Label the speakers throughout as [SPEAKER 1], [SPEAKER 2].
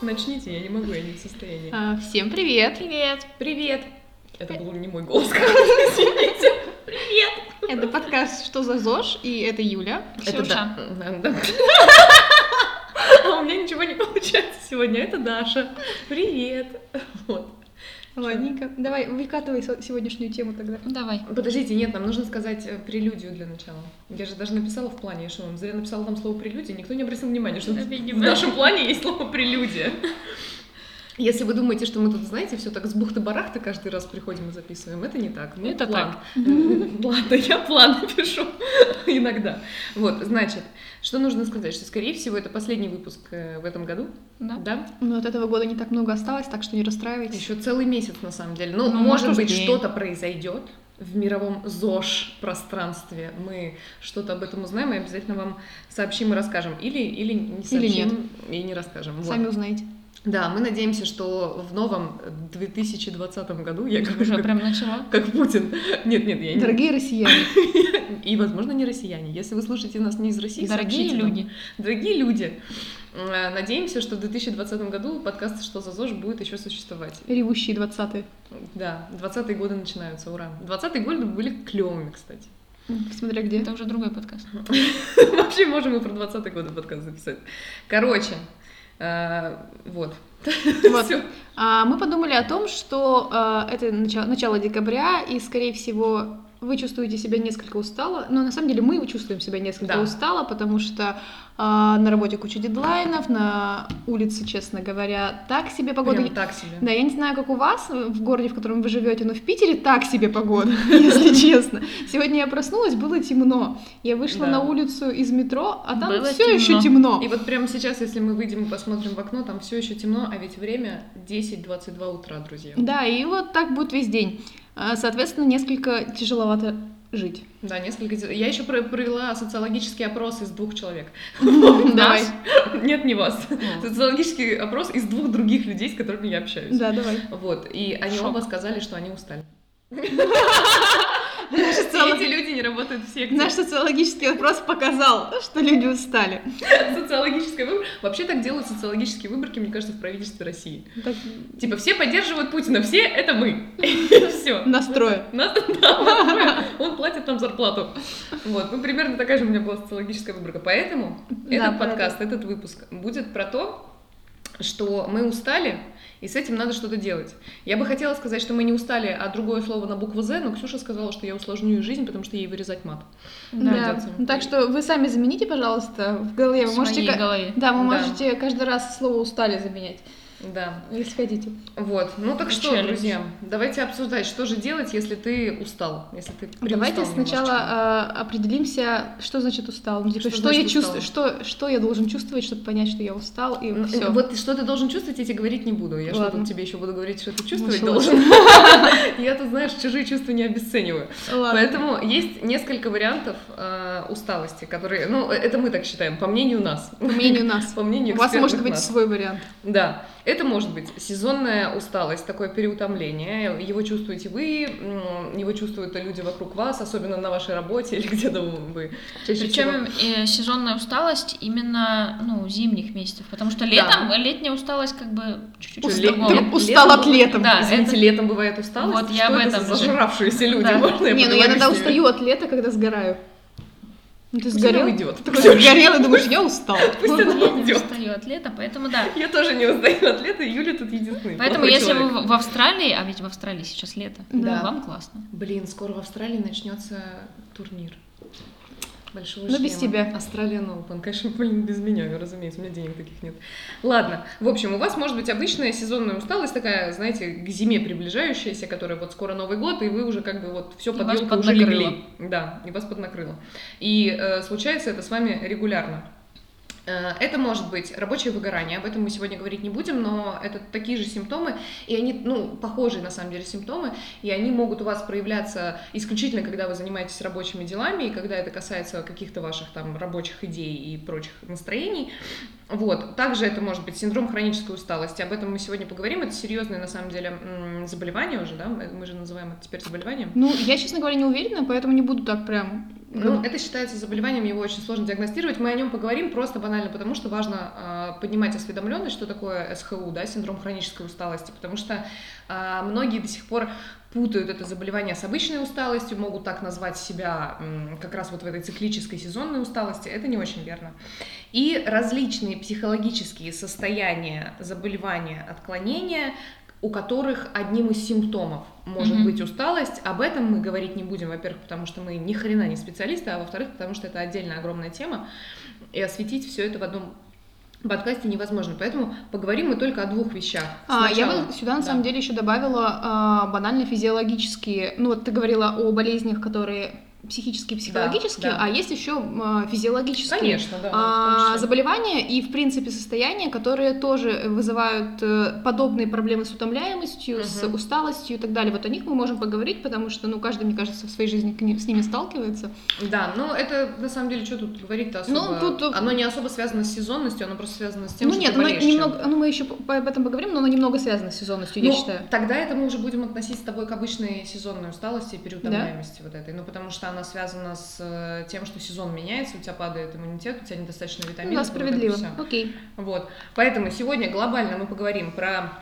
[SPEAKER 1] начните, я не могу, я не в состоянии.
[SPEAKER 2] А, Всем привет!
[SPEAKER 3] Привет. Привет.
[SPEAKER 1] Это был не мой голос, извините.
[SPEAKER 2] Это подкаст «Что за ЗОЖ?» и это Юля.
[SPEAKER 1] Это да. Да, да.
[SPEAKER 3] А у меня ничего не получается сегодня. Это Даша. Привет.
[SPEAKER 1] Вот.
[SPEAKER 2] Ладненько. Давай, выкатывай со- сегодняшнюю тему тогда.
[SPEAKER 3] ну Давай.
[SPEAKER 1] Подождите, нет, нам нужно сказать э, прелюдию для начала. Я же даже написала в плане, что вам зря написала там слово прелюдия, никто не обратил внимания, что в
[SPEAKER 3] Видимо.
[SPEAKER 1] нашем плане есть слово прелюдия. Если вы думаете, что мы тут, знаете, все так с бухты-барахты каждый раз приходим и записываем, это не так. Мы
[SPEAKER 3] Это
[SPEAKER 1] план. М, Ладно, я план пишу иногда. Вот, значит, что нужно сказать, что, скорее всего, это последний выпуск э, в этом году,
[SPEAKER 3] Да.
[SPEAKER 1] да?
[SPEAKER 2] Но Ну, от этого года не так много осталось, так что не расстраивайтесь.
[SPEAKER 1] Еще целый месяц, на самом деле. Ну,
[SPEAKER 2] Ну,
[SPEAKER 1] может
[SPEAKER 2] может
[SPEAKER 1] быть,
[SPEAKER 2] быть.
[SPEAKER 1] что-то произойдет в мировом ЗОЖ пространстве. Мы что-то об этом узнаем и обязательно вам сообщим и расскажем. Или, или не сообщим и не расскажем. Вот.
[SPEAKER 2] Сами узнаете.
[SPEAKER 1] Да, мы надеемся, что в новом 2020 году, я говорю,
[SPEAKER 3] Уже
[SPEAKER 1] как,
[SPEAKER 3] прям начала.
[SPEAKER 1] как Путин. Нет, нет, я не...
[SPEAKER 2] Дорогие россияне,
[SPEAKER 1] И, возможно, не россияне. Если вы слушаете нас не из России,
[SPEAKER 3] Дорогие
[SPEAKER 1] сообщите нам.
[SPEAKER 3] люди.
[SPEAKER 1] Дорогие люди, э, надеемся, что в 2020 году подкаст «Что за ЗОЖ» будет еще существовать.
[SPEAKER 2] ревущие двадцатые.
[SPEAKER 1] Да, 20-е годы начинаются, ура. 20-е годы были клевыми, кстати.
[SPEAKER 2] Смотря где.
[SPEAKER 3] Это уже другой подкаст.
[SPEAKER 1] Вообще можем и про 20-е годы подкаст записать. Короче, э, вот.
[SPEAKER 2] Вот.
[SPEAKER 1] Всё.
[SPEAKER 2] А, мы подумали о том, что а, это начало, начало декабря, и, скорее всего, вы чувствуете себя несколько устало. Но на самом деле мы чувствуем себя несколько
[SPEAKER 1] Да.
[SPEAKER 2] устало, потому что а, на работе куча дедлайнов, на улице, честно говоря, так себе погода.
[SPEAKER 1] Прям так себе.
[SPEAKER 2] Да, я не знаю, как у вас э, в городе, в котором вы живете, но в Питере так себе погода, если честно. Сегодня я проснулась, было темно. Я вышла
[SPEAKER 1] Да.
[SPEAKER 2] на улицу из метро, а там
[SPEAKER 3] Было
[SPEAKER 2] все
[SPEAKER 3] темно.
[SPEAKER 2] еще темно.
[SPEAKER 1] И вот прямо сейчас, если мы выйдем и посмотрим в окно, там все еще темно, а ведь время 10-22 утра, друзья.
[SPEAKER 2] Да, и вот так будет весь день. А, Соответственно, несколько тяжеловато жить.
[SPEAKER 1] Да, несколько... дел- Я еще про- провела социологический опрос из двух человек.
[SPEAKER 2] Давай.
[SPEAKER 1] Нет, не вас. Социологический опрос из двух других людей, с которыми я общаюсь.
[SPEAKER 2] Да, давай.
[SPEAKER 1] Вот, и они
[SPEAKER 3] Шок.
[SPEAKER 1] оба сказали, что они устали.
[SPEAKER 2] Наш,
[SPEAKER 1] Все
[SPEAKER 2] социолог-
[SPEAKER 1] эти люди не работают в секте.
[SPEAKER 2] наш социологический вопрос показал, что люди устали.
[SPEAKER 1] Социологическая выборка. Вообще так делают социологические выборки, мне кажется, в правительстве России.
[SPEAKER 2] Так,
[SPEAKER 1] Типа все поддерживают Путина, все это мы. Все.
[SPEAKER 2] настроя.
[SPEAKER 1] Нас да, нас трое. он платит нам зарплату. Вот, ну примерно такая же у меня была социологическая выборка. Поэтому
[SPEAKER 2] Да,
[SPEAKER 1] этот подкаст, этот выпуск будет про то, что мы устали, и с этим надо что-то делать. Я бы хотела сказать, что мы не устали, а другое слово на букву «З», но Ксюша сказала, что я усложню ее жизнь, потому что ей вырезать мат.
[SPEAKER 3] Да.
[SPEAKER 2] Да.
[SPEAKER 1] придётся.
[SPEAKER 2] Так что вы сами замените, пожалуйста, в голове.
[SPEAKER 3] В
[SPEAKER 2] Вы можете
[SPEAKER 3] своей
[SPEAKER 2] ка-
[SPEAKER 3] голове.
[SPEAKER 2] Да, вы
[SPEAKER 1] Да.
[SPEAKER 2] можете каждый раз слово устали заменять,
[SPEAKER 1] Да.
[SPEAKER 2] если хотите.
[SPEAKER 1] Вот, ну так что,
[SPEAKER 3] Челлендж.
[SPEAKER 1] друзья, давайте обсуждать, что же делать, если ты устал, если ты
[SPEAKER 2] Давайте
[SPEAKER 1] переустал
[SPEAKER 2] сначала
[SPEAKER 1] немножечко.
[SPEAKER 2] э, определимся, что значит устал. Ну, типа,
[SPEAKER 1] Что
[SPEAKER 2] что,
[SPEAKER 1] значит
[SPEAKER 2] я
[SPEAKER 1] устал?
[SPEAKER 2] чувствую, что, что я должен чувствовать, чтобы понять, что я устал, и
[SPEAKER 1] Ну,
[SPEAKER 2] все.
[SPEAKER 1] Вот что ты должен чувствовать, я тебе говорить не буду. Я что
[SPEAKER 2] Ладно.
[SPEAKER 1] тут тебе еще буду говорить, что ты чувствовать
[SPEAKER 2] Ну,
[SPEAKER 1] должен. Я тут, знаешь, чужие чувства не обесцениваю. Поэтому есть несколько вариантов э, усталости, которые, ну, это мы так считаем, по мнению нас.
[SPEAKER 2] По мнению нас.
[SPEAKER 1] По мнению
[SPEAKER 2] У вас
[SPEAKER 1] экспертных
[SPEAKER 2] может быть
[SPEAKER 1] нас.
[SPEAKER 2] свой вариант.
[SPEAKER 1] Да, это может быть сезонная усталость, такое переутомление. Его чувствуете вы, м, его чувствуют люди вокруг вас, особенно на вашей работе или где-то вы чаще всего.
[SPEAKER 3] Причем э, сезонная усталость именно ну, зимних месяцев, потому что летом летняя усталость как бы чуть-чуть
[SPEAKER 1] Уста-
[SPEAKER 3] другого.
[SPEAKER 1] Ле-
[SPEAKER 2] Ты устал
[SPEAKER 1] летом
[SPEAKER 2] от
[SPEAKER 1] бывает-
[SPEAKER 2] летом.
[SPEAKER 3] Да,
[SPEAKER 1] Извините,
[SPEAKER 3] это-
[SPEAKER 1] летом бывает усталость.
[SPEAKER 3] Вот я
[SPEAKER 1] Что
[SPEAKER 3] об
[SPEAKER 1] это
[SPEAKER 3] этом
[SPEAKER 1] за
[SPEAKER 3] же.
[SPEAKER 1] зажравшиеся люди,
[SPEAKER 3] Да.
[SPEAKER 1] можно я
[SPEAKER 2] не, ну я
[SPEAKER 1] поговорю
[SPEAKER 2] иногда
[SPEAKER 1] с ними?
[SPEAKER 2] устаю от лета, когда сгораю. Ну ты
[SPEAKER 1] Пусть
[SPEAKER 2] сгорел?
[SPEAKER 1] оно уйдет.
[SPEAKER 2] Ты такой сгорел и думаешь, я устал.
[SPEAKER 1] Пусть
[SPEAKER 3] Вот
[SPEAKER 1] оно
[SPEAKER 3] я не
[SPEAKER 1] уйдет.
[SPEAKER 3] устаю от лета, поэтому да.
[SPEAKER 1] Я тоже не устаю от лета, и Юля тут единственный.
[SPEAKER 3] Поэтому
[SPEAKER 1] плохой
[SPEAKER 3] если
[SPEAKER 1] человек.
[SPEAKER 3] вы в в Австралии, а ведь в Австралии сейчас лето, ну,
[SPEAKER 2] Да.
[SPEAKER 3] вам классно.
[SPEAKER 1] Блин, скоро в Австралии начнется турнир. Большого
[SPEAKER 2] Ну, без
[SPEAKER 1] шлема.
[SPEAKER 2] тебя.
[SPEAKER 1] Australian Open. Конечно, блин, без меня, разумеется, у меня денег таких нет. Ладно, в общем, у вас может быть обычная сезонная усталость, такая, знаете, к зиме приближающаяся, которая вот скоро Новый год, и вы уже как бы вот все
[SPEAKER 3] И
[SPEAKER 1] под
[SPEAKER 3] вас
[SPEAKER 1] елку уже
[SPEAKER 3] поднакрыло.
[SPEAKER 1] легли. Да, и вас поднакрыло. И э, случается это с вами регулярно. Э, Это может быть рабочее выгорание, об этом мы сегодня говорить не будем, но это такие же симптомы, и они, ну, похожие на самом деле симптомы, и они могут у вас проявляться исключительно, когда вы занимаетесь рабочими делами, и когда это касается каких-то ваших там рабочих идей и прочих настроений. Вот. Также это может быть синдром хронической усталости. Об этом мы сегодня поговорим. Это серьезное, на самом деле, м, заболевание уже, да? Мы мы же называем это теперь заболеванием.
[SPEAKER 2] Ну, я, честно говоря, не уверена, поэтому не буду так прям
[SPEAKER 1] Ну, это считается заболеванием, его очень сложно диагностировать. Мы о нем поговорим просто банально, потому что важно э, поднимать осведомленность, что такое СХУ, да, синдром хронической усталости, потому что э, многие до сих пор путают это заболевание с обычной усталостью, могут так назвать себя м, как раз вот в этой циклической сезонной усталости. Это не очень верно. И различные психологические состояния, заболевания, отклонения, у которых одним из симптомов может
[SPEAKER 3] Мгм.
[SPEAKER 1] быть усталость. Об этом мы говорить не будем, во-первых, потому что мы ни хрена не специалисты, а во-вторых, потому что это отдельная огромная тема, и осветить все это в одном подкасте невозможно. Поэтому поговорим мы только о двух вещах.
[SPEAKER 2] А, я
[SPEAKER 1] Сначала-
[SPEAKER 2] бы сюда на
[SPEAKER 1] Да.
[SPEAKER 2] самом деле еще добавила а, банально физиологические. Ну вот ты говорила о болезнях, которые психические, психологические,
[SPEAKER 1] да.
[SPEAKER 2] а есть еще а, физиологические
[SPEAKER 1] Конечно, да.
[SPEAKER 2] а,
[SPEAKER 1] в том числе.
[SPEAKER 2] заболевания и в принципе состояния, которые тоже вызывают э, подобные проблемы с утомляемостью, с
[SPEAKER 1] Мгм.
[SPEAKER 2] усталостью и так далее. Вот о них мы можем поговорить, потому что ну каждый, мне кажется, в своей жизни к ним- с ними сталкивается.
[SPEAKER 1] Да, ну это на самом деле что тут говорить-то особо?
[SPEAKER 2] Ну, тут-
[SPEAKER 1] Оно не особо связано с сезонностью, оно просто связано с тем,
[SPEAKER 2] ну
[SPEAKER 1] что
[SPEAKER 2] нет,
[SPEAKER 1] ты
[SPEAKER 2] оно
[SPEAKER 1] болеешь
[SPEAKER 2] немного,
[SPEAKER 1] чем-то.
[SPEAKER 2] ну мы еще по- об этом поговорим, но оно немного связано с сезонностью, я
[SPEAKER 1] Ну,
[SPEAKER 2] считаю.
[SPEAKER 1] Тогда это мы уже будем относить с тобой к обычной сезонной усталости и переутомляемости вот этой. Ну, потому что она связана с э, тем, что сезон меняется, у тебя падает иммунитет, у тебя недостаточно
[SPEAKER 2] Ну
[SPEAKER 1] витаминов.
[SPEAKER 2] да,
[SPEAKER 1] и вот это
[SPEAKER 2] справедливо.
[SPEAKER 1] всё.
[SPEAKER 2] Окей.
[SPEAKER 1] Вот. Поэтому сегодня глобально мы поговорим про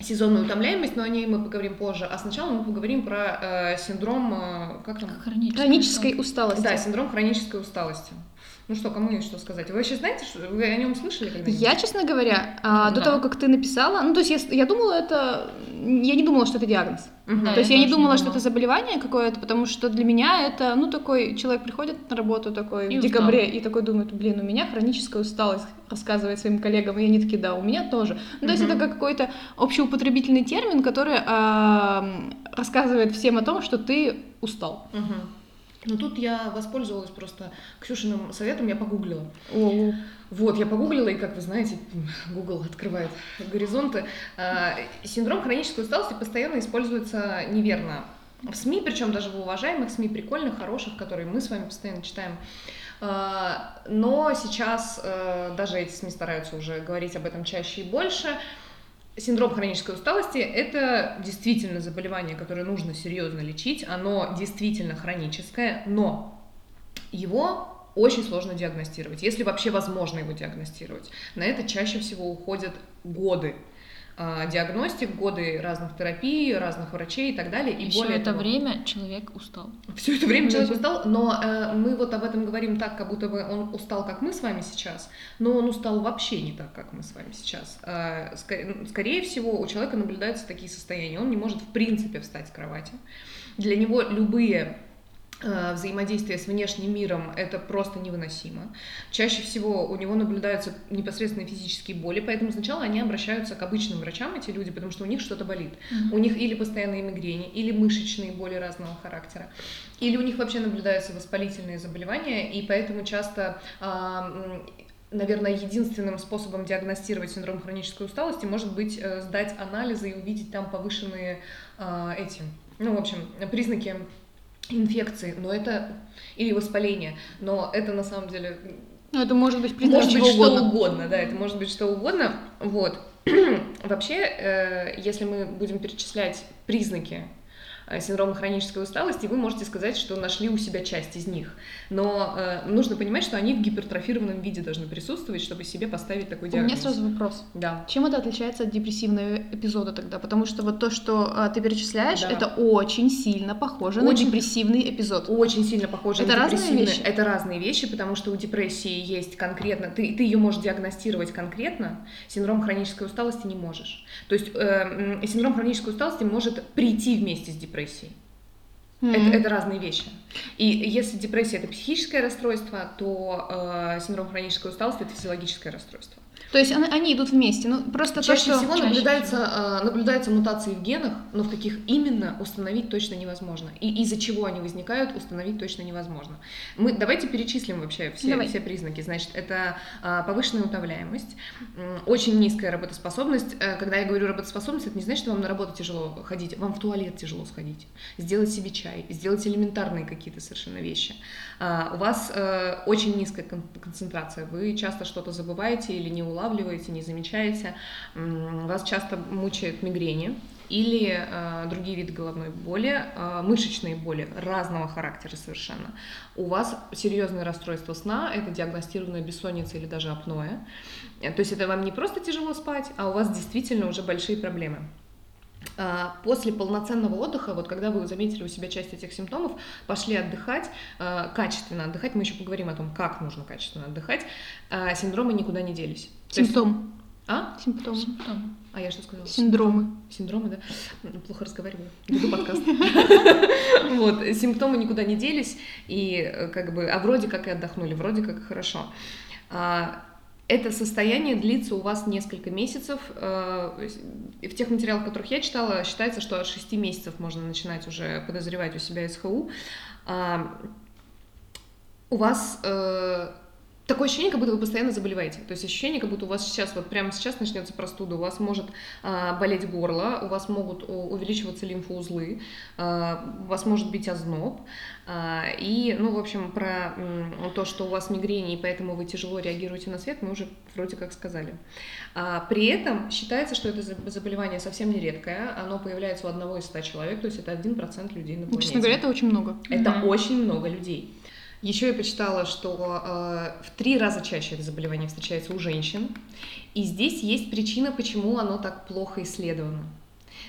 [SPEAKER 1] сезонную утомляемость, но о ней мы поговорим позже. А сначала мы поговорим про э, синдром, э, как там?
[SPEAKER 3] Хроническая.
[SPEAKER 2] Хронической усталости.
[SPEAKER 1] Да, синдром хронической усталости. Ну что, кому есть что сказать? Вы вообще знаете, что вы о нем слышали когда-нибудь?
[SPEAKER 2] Я, честно говоря, а, до
[SPEAKER 3] Да.
[SPEAKER 2] того, как ты написала, ну, то есть я, с- я думала, это... Я не думала, что это диагноз.
[SPEAKER 1] Мгм.
[SPEAKER 3] Да,
[SPEAKER 2] то есть
[SPEAKER 3] я
[SPEAKER 2] я не
[SPEAKER 3] тоже не
[SPEAKER 2] думала, что
[SPEAKER 3] думала.
[SPEAKER 2] это заболевание какое-то, потому что для меня это, ну, такой человек приходит на работу такой
[SPEAKER 3] И
[SPEAKER 2] в
[SPEAKER 3] устал.
[SPEAKER 2] декабре и такой думает, блин, у меня хроническая усталость, рассказывает своим коллегам, и они такие, да, у меня тоже. Ну, то есть
[SPEAKER 1] Мгм.
[SPEAKER 2] это как какой-то общеупотребительный термин, который ам, рассказывает всем о том, что ты устал.
[SPEAKER 1] Мгм. Ну тут я воспользовалась просто Ксюшиным советом, я погуглила.
[SPEAKER 2] О,
[SPEAKER 1] Вот, я погуглила, и, как вы знаете, Google открывает горизонты. А, Синдром хронической усталости постоянно используется неверно. В СМИ, причем даже в уважаемых СМИ, прикольных, хороших, которые мы с вами постоянно читаем. А, Но сейчас э, даже эти СМИ стараются уже говорить об этом чаще и больше. Синдром хронической усталости – это действительно заболевание, которое нужно серьезно лечить. Оно действительно хроническое, но его очень сложно диагностировать, если вообще возможно его диагностировать. На это чаще всего уходят годы а, диагностик, годы разных терапий, разных врачей и так далее.
[SPEAKER 3] И
[SPEAKER 1] И
[SPEAKER 3] все
[SPEAKER 1] более
[SPEAKER 3] это
[SPEAKER 1] того,
[SPEAKER 3] время человек устал.
[SPEAKER 1] все это время человек
[SPEAKER 2] Мгм.
[SPEAKER 1] устал, но э, мы вот об этом говорим так, как будто бы он устал, как мы с вами сейчас, но он устал вообще не так, как мы с вами сейчас. Э, ска- ну, скорее всего, у человека наблюдаются такие состояния. Он не может в принципе встать с кровати. Для него любые э, взаимодействия с внешним миром это просто невыносимо. Чаще всего у него наблюдаются непосредственные физические боли, поэтому сначала они обращаются к обычным врачам, эти люди, потому что у них что-то болит. У них или постоянные мигрени, или мышечные боли разного характера, или у них вообще наблюдаются воспалительные заболевания, и поэтому часто, а, м, наверное, единственным способом диагностировать синдром хронической усталости может быть э, сдать анализы и увидеть там повышенные а, эти, ну, в общем, признаки инфекции, но это или воспаление, но это на самом деле
[SPEAKER 2] Ну, это может быть признак
[SPEAKER 1] может
[SPEAKER 2] чего
[SPEAKER 1] быть что
[SPEAKER 2] угодно.
[SPEAKER 1] угодно, да, это может быть что угодно, вот. Вообще, э, если мы будем перечислять признаки э, синдрома хронической усталости, вы можете сказать, что нашли у себя часть из них, но э, нужно понимать, что они в гипертрофированном виде должны присутствовать, чтобы себе поставить такой
[SPEAKER 2] У
[SPEAKER 1] диагноз.
[SPEAKER 2] меня сразу вопрос.
[SPEAKER 1] Да.
[SPEAKER 2] Чем это отличается от депрессивного эпизода тогда? Потому что вот то, что а, ты перечисляешь,
[SPEAKER 1] Да.
[SPEAKER 2] это очень сильно похоже на
[SPEAKER 1] Очень.
[SPEAKER 2] депрессивный эпизод.
[SPEAKER 1] Очень сильно похоже
[SPEAKER 2] Это
[SPEAKER 1] на
[SPEAKER 2] разные
[SPEAKER 1] депрессивные-
[SPEAKER 2] вещи?
[SPEAKER 1] Это разные вещи, потому что у депрессии есть конкретно, ты, ты ее можешь диагностировать конкретно, синдром хронической усталости не можешь. То есть э, м, синдром хронической усталости может прийти вместе с депрессией. Это, это разные вещи. И если депрессия это психическое расстройство, то э, синдром хронической усталости это физиологическое расстройство.
[SPEAKER 2] То есть он- они идут вместе. Ну, просто
[SPEAKER 1] чаще
[SPEAKER 2] то, что...
[SPEAKER 1] всего
[SPEAKER 3] чаще
[SPEAKER 1] наблюдаются, э, наблюдаются мутации в генах, но в каких именно установить точно невозможно. И из-за чего они возникают, установить точно невозможно. Мы давайте перечислим вообще все,
[SPEAKER 2] Давай.
[SPEAKER 1] все признаки. Значит, это э, повышенная утомляемость, м, очень низкая работоспособность. Э, Когда я говорю работоспособность, это не значит, что вам на работу тяжело ходить, вам в туалет тяжело сходить, сделать себе чай, сделать элементарные какие-то совершенно вещи. А, У вас э, очень низкая кон- концентрация, вы часто что-то забываете или не улавливаете, не замечаете, М, вас часто мучают мигрени. или э, другие виды головной боли, э, мышечные боли разного характера совершенно. У вас серьезное расстройство сна, это диагностированная бессонница или даже апноэ. Э, То есть это вам не просто тяжело спать, а у вас действительно уже большие проблемы. А, После полноценного отдыха, вот когда вы заметили у себя часть этих симптомов, пошли отдыхать, э, качественно отдыхать, мы еще поговорим о том, как нужно качественно отдыхать, а синдромы никуда не делись. То есть-
[SPEAKER 2] Симптом.
[SPEAKER 1] А?
[SPEAKER 2] Симптом.
[SPEAKER 3] Симптом.
[SPEAKER 1] А я что сказала?
[SPEAKER 2] Синдромы.
[SPEAKER 1] Синдромы, да? М, Плохо разговариваю. Веду подкаст. Вот, симптомы никуда не делись, и э, как бы, а вроде как и отдохнули, вроде как и хорошо. А, Это состояние длится у вас несколько месяцев. э, и В тех материалах, которых я читала, считается, что от 6 месяцев можно начинать уже подозревать у себя СХУ. А, У вас э, такое ощущение, как будто вы постоянно заболеваете. То есть ощущение, как будто у вас сейчас, вот прямо сейчас начнется простуда, у вас может а, болеть горло, у вас могут у- увеличиваться лимфоузлы, а, у вас может бить озноб. А, И, ну, в общем, про м, то, что у вас мигрени, и поэтому вы тяжело реагируете на свет, мы уже вроде как сказали. А, При этом считается, что это заб- заболевание совсем не редкое, оно появляется у одного из ста человек, то есть это 1% людей на
[SPEAKER 2] Ну,
[SPEAKER 1] планете.
[SPEAKER 2] Честно говоря, это очень много.
[SPEAKER 1] Это
[SPEAKER 3] Мгм.
[SPEAKER 1] очень много людей. Еще я почитала, что э, в три раза чаще это заболевание встречается у женщин. И здесь есть причина, почему оно так плохо исследовано.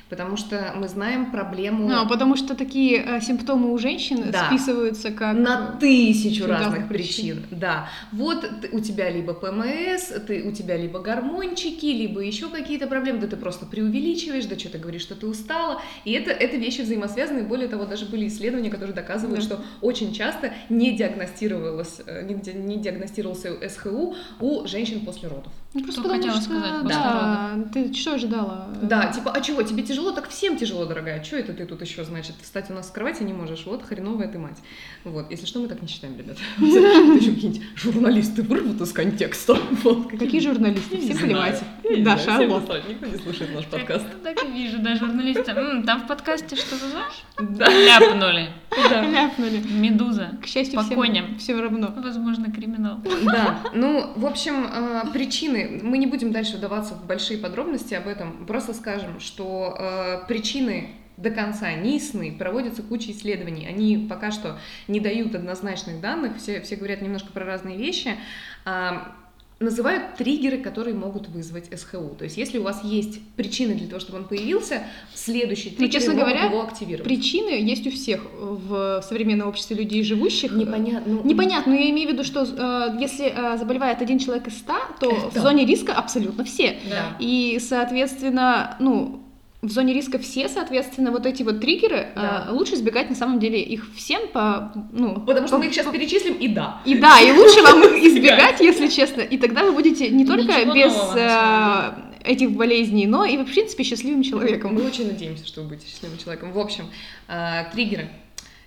[SPEAKER 1] Потому что мы знаем проблему
[SPEAKER 2] Ну, потому что такие э, симптомы у женщин
[SPEAKER 1] Да.
[SPEAKER 2] списываются как...
[SPEAKER 1] на тысячу
[SPEAKER 2] Тысячу
[SPEAKER 1] разных
[SPEAKER 2] разных причин.
[SPEAKER 1] причин. Да. Вот ты- у тебя либо ПМС, ты, у тебя либо гормончики, либо еще какие-то проблемы, да ты просто преувеличиваешь, да что ты говоришь, что ты устала. И это, это вещи взаимосвязаны. И Более того, даже были исследования, которые доказывают,
[SPEAKER 2] Да.
[SPEAKER 1] что очень часто не, диагностировалось, э, нигде не диагностировался СХУ у женщин после родов.
[SPEAKER 2] Ну, просто
[SPEAKER 3] Что хотела сказать после
[SPEAKER 2] да, ты что ожидала?
[SPEAKER 1] Да, типа, а чего, тебе тяжело? Так всем тяжело, дорогая. Что это ты тут еще, значит, встать у нас с кровати не можешь? Вот хреновая ты мать. Вот, если что, мы так не считаем, ребят. Это еще какие-нибудь журналисты вырвут из контекста. Вот,
[SPEAKER 2] Какие журналисты?
[SPEAKER 1] Я не
[SPEAKER 2] Все
[SPEAKER 1] знаю.
[SPEAKER 2] поливайте.
[SPEAKER 1] Я не
[SPEAKER 2] Даша,
[SPEAKER 1] знаю, всем
[SPEAKER 2] алло.
[SPEAKER 1] достать. Никто не слушает наш
[SPEAKER 3] Так,
[SPEAKER 1] подкаст.
[SPEAKER 3] так и вижу, да, журналисты. «М, там в подкасте что-то знаешь?
[SPEAKER 1] Да.
[SPEAKER 3] Ляпнули.
[SPEAKER 2] Ляпнули.
[SPEAKER 3] Медуза.
[SPEAKER 2] К счастью,
[SPEAKER 3] По
[SPEAKER 2] всем,
[SPEAKER 3] коням.
[SPEAKER 2] всем равно.
[SPEAKER 3] Возможно, криминал.
[SPEAKER 1] Да, ну, в общем, э, причины, мы не будем дальше вдаваться в большие подробности об этом, просто скажем, что э, причины до конца неясны, проводятся куча исследований, они пока что не дают однозначных данных, все, все говорят немножко про разные вещи, А, называют триггеры, которые могут вызвать СХУ. То есть, если у вас есть причины для того, чтобы он появился, следующий триггер
[SPEAKER 2] Ну, честно
[SPEAKER 1] могут
[SPEAKER 2] говоря,
[SPEAKER 1] его активировать.
[SPEAKER 2] Причины есть у всех в современном обществе людей живущих.
[SPEAKER 1] Непонятно. ну,
[SPEAKER 2] Непонятно, но я имею в виду, что э, если э, заболевает один человек из ста, то в
[SPEAKER 1] Да.
[SPEAKER 2] зоне риска абсолютно все.
[SPEAKER 1] Да.
[SPEAKER 2] И, соответственно, ну, в зоне риска все, соответственно, вот эти вот триггеры,
[SPEAKER 1] Да.
[SPEAKER 2] э, лучше избегать на самом деле их всем по, ну,
[SPEAKER 1] Потому что
[SPEAKER 2] по-
[SPEAKER 1] мы их сейчас перечислим, и да.
[SPEAKER 2] и да, и лучше вам их избегать, если честно. И тогда вы будете не только
[SPEAKER 3] Ничего
[SPEAKER 2] без
[SPEAKER 3] нового, на самом
[SPEAKER 2] э, этих болезней, но и, в принципе, счастливым
[SPEAKER 1] Мы
[SPEAKER 2] человеком.
[SPEAKER 1] очень надеемся, что вы будете счастливым человеком. В общем, а, триггеры.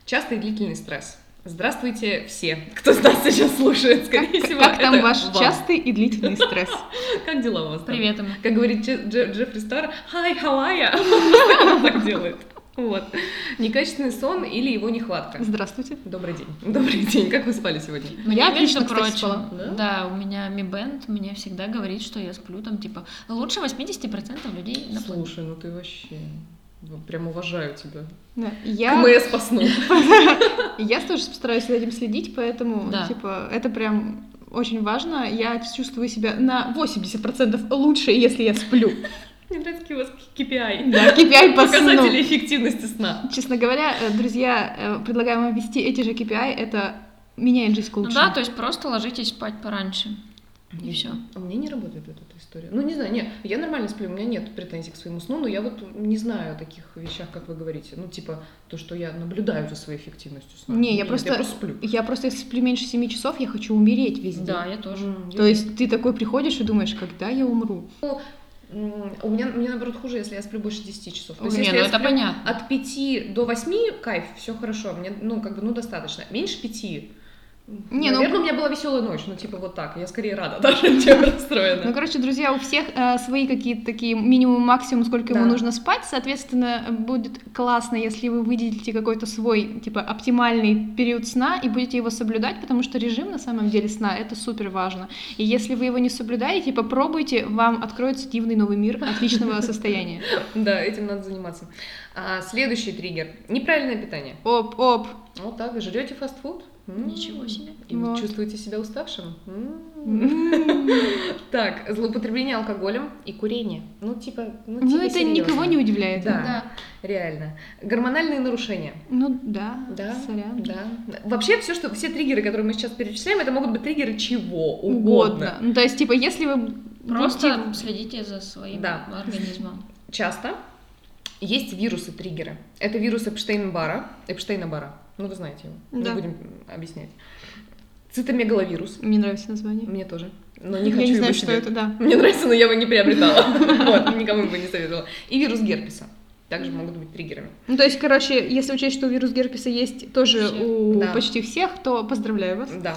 [SPEAKER 1] Частый и длительный стресс. Здравствуйте все, кто нас сейчас слушает, скорее всего.
[SPEAKER 2] Как там
[SPEAKER 1] это
[SPEAKER 2] ваш
[SPEAKER 1] вам.
[SPEAKER 2] частый и длительный стресс?
[SPEAKER 1] Как дела у вас? там?
[SPEAKER 3] Привет ему.
[SPEAKER 1] Как говорит Дже- Дже- Джеффри Стар, «Hi, how are you?» Он так делает. Вот. Некачественный сон или его нехватка.
[SPEAKER 2] Здравствуйте.
[SPEAKER 1] Добрый день. Добрый день. Как вы спали сегодня?
[SPEAKER 3] Ну,
[SPEAKER 2] Я
[SPEAKER 3] между
[SPEAKER 2] отлично, кстати, спала.
[SPEAKER 1] Да?
[SPEAKER 3] Да? у меня Mi Band мне всегда говорит, что я сплю там, типа, лучше 80% людей на планете.
[SPEAKER 1] Слушай, ну ты вообще... вот Прям уважаю тебя.
[SPEAKER 2] Да.
[SPEAKER 1] Я...
[SPEAKER 2] Я,
[SPEAKER 1] КМС по сну.
[SPEAKER 2] я тоже постараюсь за этим следить, поэтому,
[SPEAKER 3] Да.
[SPEAKER 2] типа, это прям очень важно. Я чувствую себя на 80% лучше, если я сплю.
[SPEAKER 1] Мне нравится какие у вас KPI.
[SPEAKER 2] Да, KPI по сну.
[SPEAKER 1] Показатели эффективности сна.
[SPEAKER 2] Честно говоря, э, друзья, э, предлагаю вам ввести эти же KPI, это меняет жизнь к
[SPEAKER 3] Ну
[SPEAKER 2] лучшему.
[SPEAKER 3] да, то есть просто ложитесь спать пораньше. И все.
[SPEAKER 1] А у меня не работает вот эта история. Ну, не знаю, нет, я нормально сплю, у меня нет претензий к своему сну, но я вот не знаю о таких вещах, как вы говорите. Ну, типа, то, что я наблюдаю за своей эффективностью сна.
[SPEAKER 2] Не, я
[SPEAKER 1] Нет,
[SPEAKER 2] просто-
[SPEAKER 1] Я просто сплю.
[SPEAKER 2] Я просто если сплю меньше 7 часов, я хочу умереть везде.
[SPEAKER 3] Да, я тоже.
[SPEAKER 1] М,
[SPEAKER 2] То есть ты такой приходишь и думаешь, когда я умру?
[SPEAKER 1] м, у меня, мне, наоборот, хуже, если я сплю больше 10 часов. То есть,
[SPEAKER 3] Не,
[SPEAKER 1] если
[SPEAKER 3] ну
[SPEAKER 1] я
[SPEAKER 3] это
[SPEAKER 1] сплю
[SPEAKER 3] понятно.
[SPEAKER 1] От 5 до 8 кайф, все хорошо, мне, ну, как бы, ну, достаточно. Меньше 5,
[SPEAKER 2] Не, ну-
[SPEAKER 1] Наверное, у меня была веселая ночь, ну типа вот так. Я скорее рада даже, чем
[SPEAKER 2] Ну,
[SPEAKER 1] расстроена.
[SPEAKER 2] короче, друзья, у всех э, свои какие-то такие минимум, максимум, сколько ему
[SPEAKER 1] Да.
[SPEAKER 2] нужно спать. Соответственно, будет классно, если вы выделите какой-то свой, типа, оптимальный период сна и будете его соблюдать, потому что режим, на самом деле, сна — это супер важно. И если вы его не соблюдаете, попробуйте, вам откроется дивный новый мир отличного состояния.
[SPEAKER 1] Да, этим надо заниматься. А, следующий триггер. Неправильное питание.
[SPEAKER 2] Оп, оп.
[SPEAKER 1] Вот так, жрете фастфуд? М.
[SPEAKER 3] Ничего себе.
[SPEAKER 1] И
[SPEAKER 2] Вот. М-м.
[SPEAKER 1] чувствуете себя уставшим? М. типа,
[SPEAKER 2] М.
[SPEAKER 1] Так, злоупотребление алкоголем и курение. Ну, типа, ну,
[SPEAKER 2] Ну,
[SPEAKER 1] типа
[SPEAKER 2] это
[SPEAKER 1] серьёзно.
[SPEAKER 2] никого не удивляет.
[SPEAKER 1] Да. Реально. Гормональные нарушения.
[SPEAKER 2] Ну, да,
[SPEAKER 1] Да,
[SPEAKER 2] сорян.
[SPEAKER 1] да. Вообще все, что все триггеры, которые мы сейчас перечисляем, это могут быть триггеры чего
[SPEAKER 2] Угодно.
[SPEAKER 1] угодно.
[SPEAKER 2] Ну, то есть, типа, если вы... ну,
[SPEAKER 3] Просто
[SPEAKER 2] будете-
[SPEAKER 3] следите за своим
[SPEAKER 1] Ну, типа, Да.
[SPEAKER 3] организмом.
[SPEAKER 1] Часто есть вирусы триггеры. Это вирус Эпштейн-Бара, Эпштейна-Бара. Ну вы знаете его.
[SPEAKER 2] Да.
[SPEAKER 1] Не будем м, объяснять. Цитомегаловирус.
[SPEAKER 2] типа, Мне нравится название.
[SPEAKER 1] Мне тоже. Но не
[SPEAKER 2] Я
[SPEAKER 1] хочу
[SPEAKER 2] не
[SPEAKER 1] его
[SPEAKER 2] знаю,
[SPEAKER 1] себе.
[SPEAKER 2] что это, да.
[SPEAKER 1] Мне нравится, но я его не приобретала. Вот, никому бы не советовала. И вирус герпеса. Также могут быть триггерами.
[SPEAKER 2] Ну, то есть, короче, если учесть, что вирус герпеса есть тоже
[SPEAKER 3] Всех.
[SPEAKER 2] у
[SPEAKER 1] Да.
[SPEAKER 2] почти всех, то поздравляю вас.
[SPEAKER 1] Да.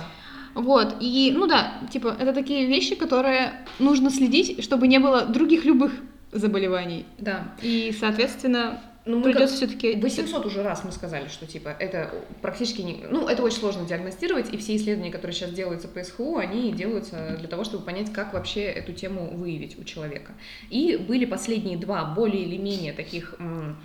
[SPEAKER 2] Вот, и, ну да, типа, это такие вещи, которые нужно следить, чтобы не было других любых заболеваний.
[SPEAKER 1] Да.
[SPEAKER 2] И, соответственно,
[SPEAKER 1] Ну, мы как-
[SPEAKER 2] придется все-таки...
[SPEAKER 1] 800 уже раз мы сказали, что типа это практически не... Ну, это очень сложно диагностировать, и все исследования, которые сейчас делаются по СХУ, они делаются для того, чтобы понять, как вообще эту тему выявить у человека. И были последние два более или менее таких м,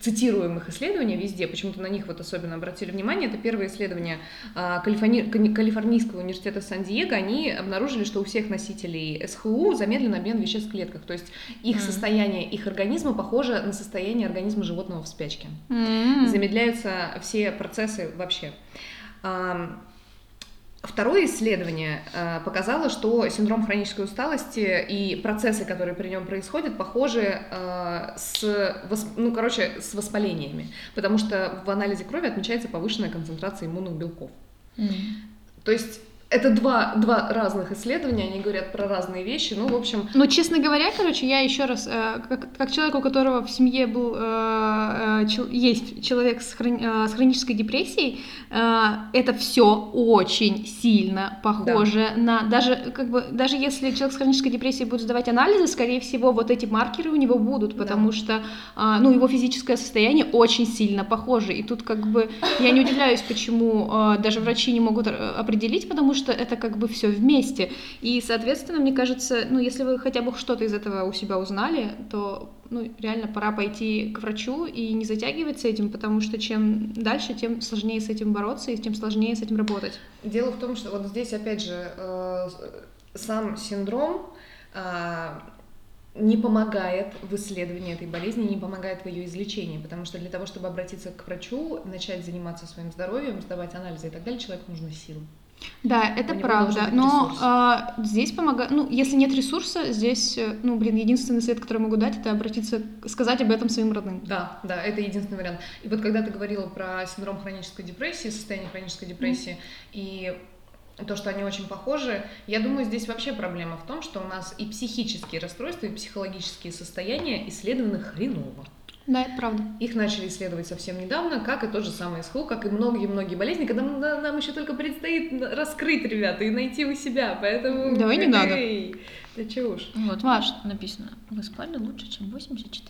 [SPEAKER 1] цитируемых исследования везде, почему-то на них вот особенно обратили внимание. Это первое исследование а, Калифорни- Кани- Калифорнийского университета Сан-Диего. Они обнаружили, что у всех носителей СХУ замедлен обмен веществ в клетках. То есть их
[SPEAKER 3] Мгм.
[SPEAKER 1] состояние, их организма похоже на состояние организма животного в спячке
[SPEAKER 2] М.
[SPEAKER 1] замедляются все процессы вообще. Ам, Второе исследование э, показало, что синдром хронической усталости и процессы, которые при нем происходят, похожи э, с, восп- ну, короче, с воспалениями, потому что в анализе крови отмечается повышенная концентрация иммунных белков.
[SPEAKER 3] М.
[SPEAKER 1] То есть это два, два разных исследования, они говорят про разные вещи, ну, в общем,
[SPEAKER 2] Ну, честно говоря, короче, я еще раз, э, как, как человек, у которого в семье был э, э, чел- есть человек с, хрон- э, с хронической депрессией, э, это все очень сильно похоже на даже как бы даже если человек с хронической депрессией будет сдавать анализы, скорее всего, вот эти маркеры у него будут, потому что а, ну, его физическое состояние очень сильно похоже. И тут как бы я не удивляюсь, почему а, даже врачи не могут э, определить, потому что это как бы все вместе. И, соответственно, мне кажется, ну, если вы хотя бы что-то из этого у себя узнали, то ну, реально пора пойти к врачу и не затягивать с этим, потому что чем дальше, тем сложнее с этим бороться и тем сложнее с этим работать.
[SPEAKER 1] Дело в том, что вот здесь, опять же, э, с- сам синдром а, не помогает в исследовании этой болезни, не помогает в ее излечении, потому что для того, чтобы обратиться к врачу, начать заниматься своим здоровьем, сдавать анализы и так далее, человеку нужны силы.
[SPEAKER 2] Да, это
[SPEAKER 1] У него должен
[SPEAKER 2] правда.
[SPEAKER 1] быть
[SPEAKER 2] Но
[SPEAKER 1] ресурс.
[SPEAKER 2] а, здесь помогает. Ну, если нет ресурса, здесь, э, ну, блин, единственный совет, который я могу дать, это обратиться, к- сказать об этом своим родным.
[SPEAKER 1] Да, да, это единственный вариант. И вот когда ты говорила про синдром хронической депрессии, состояние хронической депрессии и то, что они очень похожи, я думаю, здесь вообще проблема в том, что у нас и психические расстройства, и психологические состояния исследованы хреново.
[SPEAKER 2] Да, это правда.
[SPEAKER 1] Их начали исследовать совсем недавно, как и тот же самый СХУ, как и многие-многие болезни, когда м- на- нам еще только предстоит на- раскрыть, ребята, и найти у себя, поэтому...
[SPEAKER 2] Давай не надо.
[SPEAKER 1] эй, Да чего уж.
[SPEAKER 3] Вот,
[SPEAKER 2] Маш.
[SPEAKER 3] Маш, написано. Вы спали лучше, чем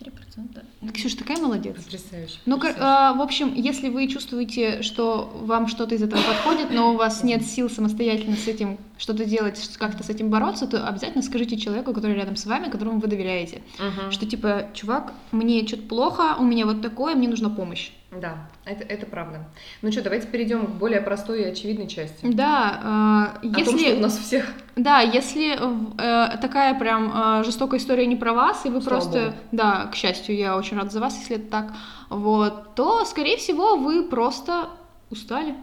[SPEAKER 3] 84%.
[SPEAKER 2] Ксюша такая молодец.
[SPEAKER 1] Потрясающе.
[SPEAKER 2] Ну, кор-
[SPEAKER 1] потрясающе.
[SPEAKER 2] а, в общем, если вы чувствуете, что вам что-то из этого подходит, но у вас нет сил самостоятельно с этим что-то делать, с- как-то с этим бороться, то обязательно скажите человеку, который рядом с вами, которому вы доверяете,
[SPEAKER 1] Мгм.
[SPEAKER 2] что типа, чувак, мне что-то плохо, у меня вот такое, мне нужна помощь.
[SPEAKER 1] Да, это, это правда. Ну что, давайте перейдем к более простой и очевидной части.
[SPEAKER 2] Да, а,
[SPEAKER 1] О том, что у
[SPEAKER 2] если,
[SPEAKER 1] нас у всех...
[SPEAKER 2] да, если э, такая прям э, жестокая история не про вас, и вы
[SPEAKER 1] Слава
[SPEAKER 2] просто,
[SPEAKER 1] богу.
[SPEAKER 2] да, к счастью, я очень рада за вас, если это так, вот, то, скорее всего, вы просто устали.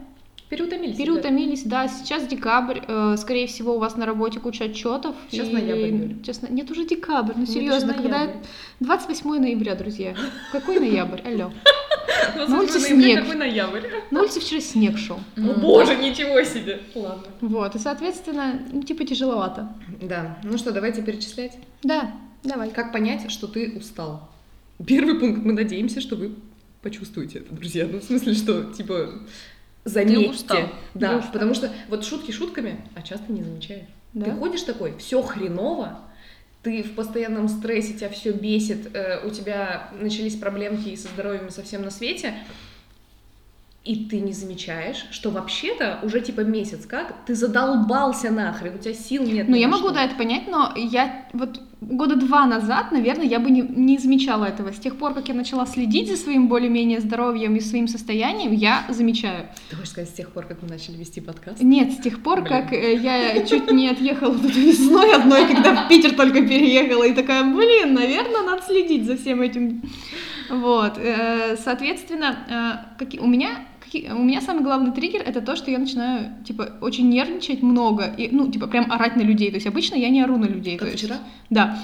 [SPEAKER 1] Переутомились. ребята.
[SPEAKER 2] Переутомились, да. Сейчас декабрь, э, скорее всего, у вас на работе куча отчетов.
[SPEAKER 1] Сейчас ноябрь, Юль.
[SPEAKER 2] Честно, нет, уже декабрь, ну
[SPEAKER 1] Ну, это же
[SPEAKER 2] серьезно, когда
[SPEAKER 1] ноябрь.
[SPEAKER 2] 28 ноября, друзья. Какой ноябрь? Алло.
[SPEAKER 1] Господи,
[SPEAKER 2] на улице
[SPEAKER 1] ноябрь,
[SPEAKER 2] снег.
[SPEAKER 1] Какой ноябрь?
[SPEAKER 2] На улице вчера снег шел.
[SPEAKER 1] О
[SPEAKER 3] М.
[SPEAKER 1] боже, ничего себе. Ладно.
[SPEAKER 2] Вот, и, соответственно, ну, типа тяжеловато.
[SPEAKER 1] Да, ну что, давайте перечислять.
[SPEAKER 2] Да, давай.
[SPEAKER 1] Как понять, что ты устал? Первый пункт. Мы надеемся, что вы почувствуете это, друзья. Ну, в смысле, что, типа, Заметьте.
[SPEAKER 3] устал.
[SPEAKER 1] Да,
[SPEAKER 2] Ты устал.
[SPEAKER 1] потому что вот шутки шутками, а часто не замечаешь. Ты
[SPEAKER 2] Да?
[SPEAKER 1] ходишь такой, все хреново, ты в постоянном стрессе, тебя все бесит, э, у тебя начались проблемки и со здоровьем и совсем на свете, и ты не замечаешь, что вообще-то уже типа месяц как, ты задолбался нахрен, у тебя сил нет.
[SPEAKER 2] Ну,
[SPEAKER 1] ни
[SPEAKER 2] я
[SPEAKER 1] на
[SPEAKER 2] могу,
[SPEAKER 1] что.
[SPEAKER 2] да, это понять, но я вот года два назад, наверное, я бы не, не замечала этого. С тех пор, как я начала следить за своим более-менее здоровьем и своим состоянием, я замечаю.
[SPEAKER 1] Ты хочешь сказать, с тех пор, как мы начали вести подкаст?
[SPEAKER 2] Нет, с тех пор,
[SPEAKER 1] Блин.
[SPEAKER 2] как э, я чуть не отъехала вот этой весной одной, когда в Питер только переехала, и такая, блин, наверное, надо следить за всем этим. Вот, э, соответственно, э, каки- у меня каки- у меня самый главный триггер это то, что я начинаю, типа, очень нервничать много, и, ну, типа, прям орать на людей. То есть обычно я не ору на людей.
[SPEAKER 1] Как
[SPEAKER 2] то есть-
[SPEAKER 1] вчера?
[SPEAKER 2] Да.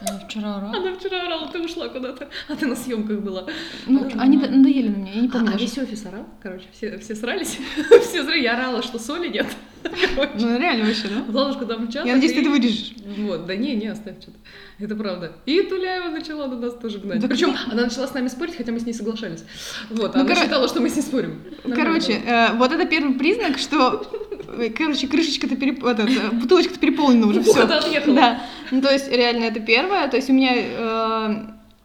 [SPEAKER 3] Она Ну, вчера орала.
[SPEAKER 1] Она вчера орала, ты ушла куда-то, а ты на съемках была.
[SPEAKER 2] Ну,
[SPEAKER 3] Тоже
[SPEAKER 2] они
[SPEAKER 3] нормально.
[SPEAKER 2] д- надоели на меня, я не
[SPEAKER 1] А,
[SPEAKER 2] помню.
[SPEAKER 1] а
[SPEAKER 2] даже.
[SPEAKER 1] весь офис орал, короче, все, все срались, все зря, я орала, что соли нет, короче.
[SPEAKER 2] Ну, реально вообще, да?
[SPEAKER 1] Золушка там чат.
[SPEAKER 2] Я надеюсь, ты это вырежешь.
[SPEAKER 1] Вот, да не, не, оставь что-то. Это правда. И Туляева начала на нас тоже гнать.
[SPEAKER 2] Да
[SPEAKER 1] Причем она начала с нами спорить, хотя мы с ней соглашались. Вот,
[SPEAKER 2] Ну,
[SPEAKER 1] она
[SPEAKER 2] коро-
[SPEAKER 1] считала, что мы с ней спорим. Нормально
[SPEAKER 2] Короче,
[SPEAKER 1] было.
[SPEAKER 2] э, вот это первый признак, что... э, Короче, крышечка-то переп... этот, э, бутылочка-то переполнена уже, все.
[SPEAKER 1] Бухта Ну, отъехала.
[SPEAKER 2] Да, ну то есть реально это первое, то есть у меня э,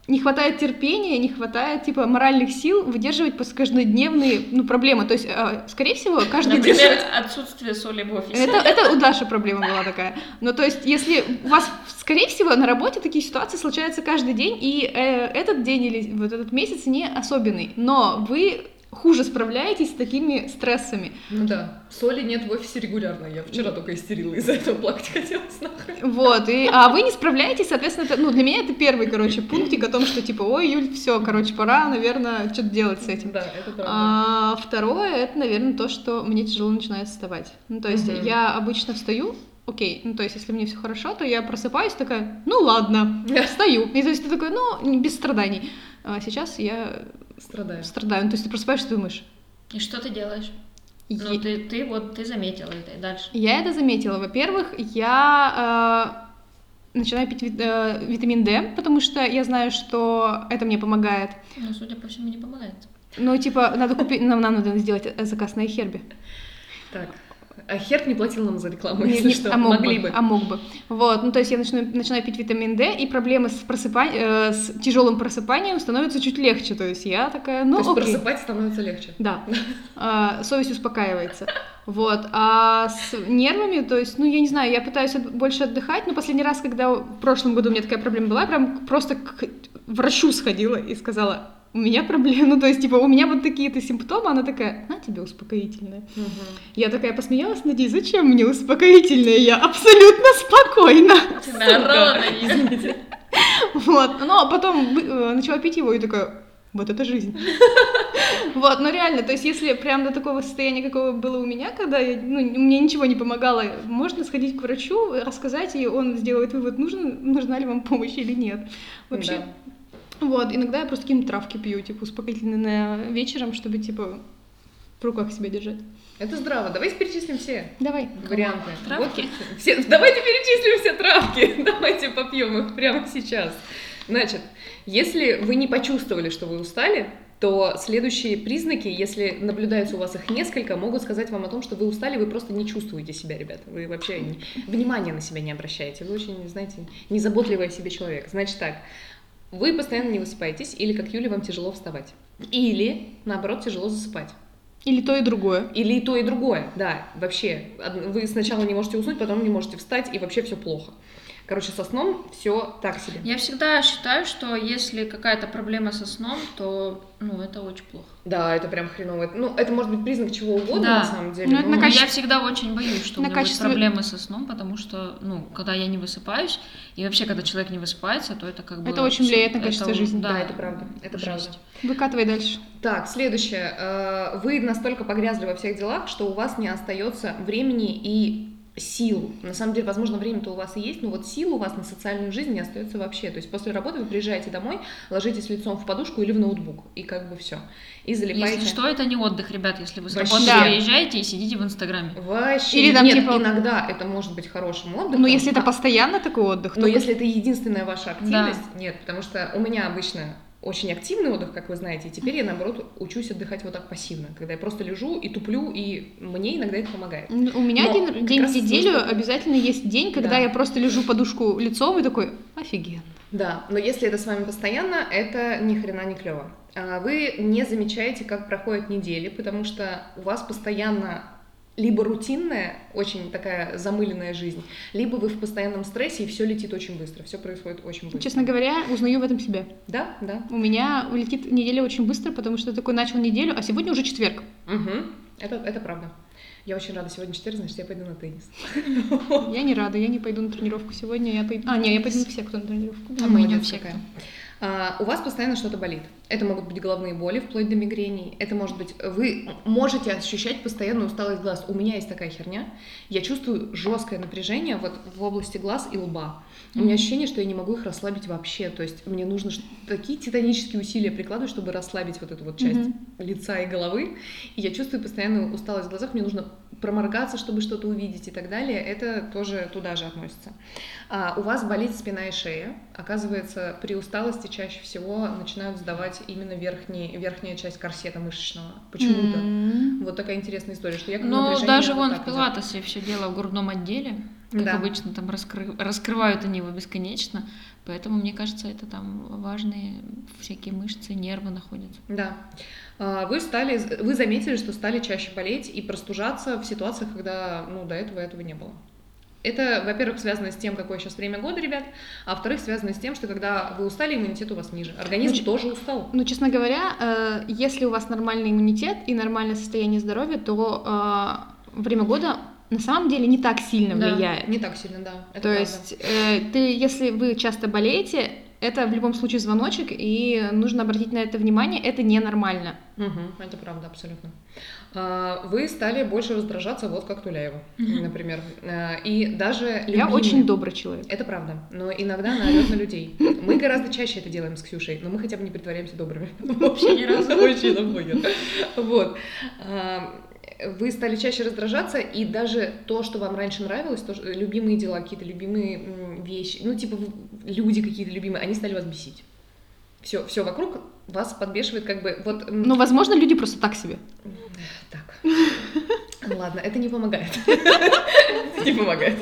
[SPEAKER 2] не хватает терпения, не хватает типа моральных сил выдерживать после каждодневные ну, проблемы, то есть э, скорее всего каждый день...
[SPEAKER 3] Например, отсутствие соли в офисе.
[SPEAKER 2] Это, это у Даши проблема была такая. Ну, то есть, если у вас, скорее всего, на работе такие ситуации случаются каждый день, и э, этот день или вот этот месяц не особенный, но вы хуже справляетесь с такими стрессами.
[SPEAKER 1] Ну да, соли нет в офисе регулярно. Я вчера только истерила, из-за этого плакать хотелось нахрен.
[SPEAKER 2] Вот, и, а вы не справляетесь, соответственно, это, ну, для меня это первый, короче, пунктик о том, что, типа, ой, Юль, все, короче, пора, наверное, что-то делать с этим.
[SPEAKER 1] Да, это правда.
[SPEAKER 2] А второе, это, наверное, то, что мне тяжело начинает вставать. Ну, то есть
[SPEAKER 1] Мгм.
[SPEAKER 2] я обычно встаю, окей, ну, то есть если мне все хорошо, то я просыпаюсь такая, ну, ладно, встаю. И то есть ты такой, ну, не- без страданий. А сейчас я
[SPEAKER 1] Страдаешь.
[SPEAKER 2] страдаю. Ну, то есть ты просыпаешься, ты думаешь,
[SPEAKER 3] И что ты делаешь?
[SPEAKER 2] «Е-
[SPEAKER 3] Ну, ты, ты вот, ты заметила это, и дальше.
[SPEAKER 2] Я это заметила. Во-первых, я э, начинаю пить вит- э, витамин D, потому что я знаю, что это мне помогает.
[SPEAKER 3] Ну, судя по всему, не помогает.
[SPEAKER 2] Ну, типа, надо купить, нам, нам надо сделать э, заказ на Херби.
[SPEAKER 1] Так. А Херт не платил нам за рекламу, если что.
[SPEAKER 2] а мог
[SPEAKER 1] Могли бы.
[SPEAKER 2] А мог бы. Вот, ну то есть я начну- начинаю пить витамин D, и проблемы с, просыпа- э, с тяжелым просыпанием становятся чуть легче. То есть я такая, ну
[SPEAKER 1] То есть
[SPEAKER 2] окей.
[SPEAKER 1] просыпать становится легче.
[SPEAKER 2] Да. А, совесть успокаивается. Вот. А с нервами, то есть, ну, я не знаю, я пытаюсь от- больше отдыхать, но последний раз, когда в прошлом году у меня такая проблема была, я прям просто к врачу сходила и сказала, у меня проблема, ну, то есть, типа, у меня вот такие-то симптомы, она такая, на тебе успокоительное. Я такая посмеялась, надеюсь, зачем мне успокоительное? Я абсолютно спокойна.
[SPEAKER 3] Ты наорала на нее.
[SPEAKER 1] Извините.
[SPEAKER 2] Вот. Но потом э, начала пить его и такая, вот это жизнь. Вот, но реально, то есть если прям до такого состояния, какого было у меня, когда я, ну, мне ничего не помогало, можно сходить к врачу, рассказать, и он сделает вывод, нужно, нужна ли вам помощь или нет. Вообще,
[SPEAKER 1] Да.
[SPEAKER 2] вот, иногда я просто какие-нибудь травки пью, типа, успокоительные на- вечером, чтобы, типа, в руках себя держать.
[SPEAKER 1] Это здраво. Давайте перечислим все.
[SPEAKER 2] Давай.
[SPEAKER 1] варианты.
[SPEAKER 3] Травки?
[SPEAKER 1] Вот все, ну, давайте перечислим все травки. Давайте попьем их прямо сейчас. Значит, если вы не почувствовали, что вы устали, то следующие признаки, если наблюдаются у вас их несколько, могут сказать вам о том, что вы устали, вы просто не чувствуете себя, ребята. Вы вообще не- внимания на себя не обращаете. Вы очень, знаете, незаботливый о себе человек. Значит так, вы постоянно не высыпаетесь, или, как Юля, вам тяжело вставать. Или, наоборот, тяжело засыпать.
[SPEAKER 2] Или то и другое.
[SPEAKER 1] Или и то, и другое, да, вообще. Од- Вы сначала не можете уснуть, потом не можете встать, и вообще все плохо. Короче, со сном все так себе.
[SPEAKER 3] Я всегда считаю, что если какая-то проблема со сном, то, ну, это очень плохо.
[SPEAKER 1] Да, это прям хреново. Это- Ну, это может быть признак чего угодно,
[SPEAKER 3] Да.
[SPEAKER 1] на самом деле.
[SPEAKER 2] Ну, это
[SPEAKER 1] но-
[SPEAKER 2] на
[SPEAKER 3] Ну,
[SPEAKER 2] качество-
[SPEAKER 3] Я всегда очень боюсь, что у
[SPEAKER 2] на
[SPEAKER 3] меня
[SPEAKER 2] качество-
[SPEAKER 3] будут проблемы со сном, потому что, ну, когда я не высыпаюсь, и вообще, когда человек не высыпается, то это как бы...
[SPEAKER 2] Это очень
[SPEAKER 3] всё-
[SPEAKER 2] влияет на качество
[SPEAKER 3] это,
[SPEAKER 2] жизни.
[SPEAKER 1] Да, это правда, это правда.
[SPEAKER 2] Выкатывай дальше.
[SPEAKER 1] Так, следующее. Э, Вы настолько погрязли во всех делах, что у вас не остается времени и сил. На самом деле, возможно, время-то у вас и есть, но вот сил у вас на социальную жизнь не остается вообще. То есть после работы вы приезжаете домой, ложитесь лицом в подушку или в ноутбук, и как бы все. И залипаете.
[SPEAKER 3] Если что, это не отдых, ребят, если вы с
[SPEAKER 1] Вообще.
[SPEAKER 3] работы
[SPEAKER 2] Да.
[SPEAKER 3] приезжаете и сидите в Инстаграме.
[SPEAKER 1] Вообще.
[SPEAKER 2] Или там,
[SPEAKER 1] Нет,
[SPEAKER 2] типа- Ну,
[SPEAKER 1] иногда это может быть хорошим отдыхом.
[SPEAKER 2] Но
[SPEAKER 1] Ну,
[SPEAKER 2] если это постоянно такой отдых, то...
[SPEAKER 1] Но если это единственная ваша активность, нет, потому что у меня обычно очень активный отдых, как вы знаете, и теперь я, наоборот, учусь отдыхать вот так пассивно, когда я просто лежу и туплю, и мне иногда это помогает.
[SPEAKER 2] Ну, У меня
[SPEAKER 1] Но
[SPEAKER 2] один
[SPEAKER 1] как
[SPEAKER 2] день в
[SPEAKER 1] раз
[SPEAKER 2] неделю
[SPEAKER 1] нужно-
[SPEAKER 2] обязательно есть день, когда
[SPEAKER 1] Да.
[SPEAKER 2] я просто лежу подушку лицом и такой, офигенно.
[SPEAKER 1] Да, но если это с вами постоянно, это ни хрена не клево. А Вы не замечаете, как проходят недели, потому что у вас постоянно либо рутинная, очень такая замыленная жизнь, либо вы в постоянном стрессе, и все летит очень быстро, все происходит очень быстро.
[SPEAKER 2] Честно говоря, узнаю в этом себя.
[SPEAKER 1] Да, да.
[SPEAKER 2] У меня улетит неделя очень быстро, потому что я такой начал неделю, а сегодня уже четверг.
[SPEAKER 1] Мгм. Это, это правда. Я очень рада, сегодня 4, значит, я пойду на теннис.
[SPEAKER 2] Я не рада, я не пойду на тренировку сегодня, я пойду... А, не, я пойду к всем, кто на тренировку.
[SPEAKER 3] А
[SPEAKER 1] Ну,
[SPEAKER 3] мы идем
[SPEAKER 1] Молодец
[SPEAKER 3] все
[SPEAKER 1] какая. А, у вас постоянно что-то болит. Это могут быть головные боли, вплоть до мигрений. Это может быть... Вы можете ощущать постоянную усталость глаз. У меня есть такая херня. Я чувствую жесткое напряжение вот в области глаз и лба. У меня
[SPEAKER 3] Мгм.
[SPEAKER 1] ощущение, что я не могу их расслабить вообще. То есть мне нужно ш- такие титанические усилия прикладывать, чтобы расслабить вот эту вот часть
[SPEAKER 2] Мгм.
[SPEAKER 1] лица и головы. И я чувствую постоянную усталость в глазах. Мне нужно проморгаться, чтобы что-то увидеть и так далее. Это тоже туда же относится. А, у вас болит спина и шея. Оказывается, при усталости чаще всего начинают сдавать именно верхний, верхняя часть корсета мышечного. Почему-то.
[SPEAKER 2] М.
[SPEAKER 1] Вот такая интересная история, что я как
[SPEAKER 3] Но
[SPEAKER 1] напряжение
[SPEAKER 3] Ну, даже
[SPEAKER 1] вот
[SPEAKER 3] вон
[SPEAKER 1] так
[SPEAKER 3] в
[SPEAKER 1] идёт.
[SPEAKER 3] Пилатесе все дело в грудном отделе. Как
[SPEAKER 1] Да.
[SPEAKER 3] обычно, там раскры- раскрывают они его бесконечно. Поэтому, мне кажется, это там важные всякие мышцы, нервы находятся.
[SPEAKER 1] Да. А, Вы стали, вы заметили, что стали чаще болеть и простужаться в ситуациях, когда, ну, до этого этого не было. Это, во-первых, связано с тем, какое сейчас время года, ребят, а во-вторых, связано с тем, что когда вы устали, иммунитет у вас ниже. Организм
[SPEAKER 2] Ну, ч-
[SPEAKER 1] тоже устал.
[SPEAKER 2] Ну, честно говоря, э, если у вас нормальный иммунитет и нормальное состояние здоровья, то э, время года на самом деле не так сильно
[SPEAKER 3] Да.
[SPEAKER 2] влияет.
[SPEAKER 1] Не так сильно, да.
[SPEAKER 2] То
[SPEAKER 1] это правда.
[SPEAKER 2] есть, э, ты, если вы часто болеете, это в любом случае звоночек, и нужно обратить на это внимание, это ненормально.
[SPEAKER 1] Мгм, это правда, абсолютно. А, Вы стали больше раздражаться, вот как Туляева,
[SPEAKER 3] Мгм.
[SPEAKER 1] например. А, И даже
[SPEAKER 2] Я
[SPEAKER 1] любимые-
[SPEAKER 2] очень добрый человек.
[SPEAKER 1] Это правда, но иногда она орёт на людей. Мы гораздо чаще это делаем с Ксюшей, но мы хотя бы не притворяемся добрыми.
[SPEAKER 3] Вообще ни разу.
[SPEAKER 1] Очень нам будет. Вот. А, Вы стали чаще раздражаться, и даже то, что вам раньше нравилось, то, что- любимые дела, какие-то любимые м, вещи, ну, типа в- люди какие-то любимые, они стали вас бесить. Все, все вокруг вас подбешивает, как бы вот. м,
[SPEAKER 2] Но, возможно, люди просто так себе.
[SPEAKER 1] так. Ну Ладно, это не помогает. Это не помогает.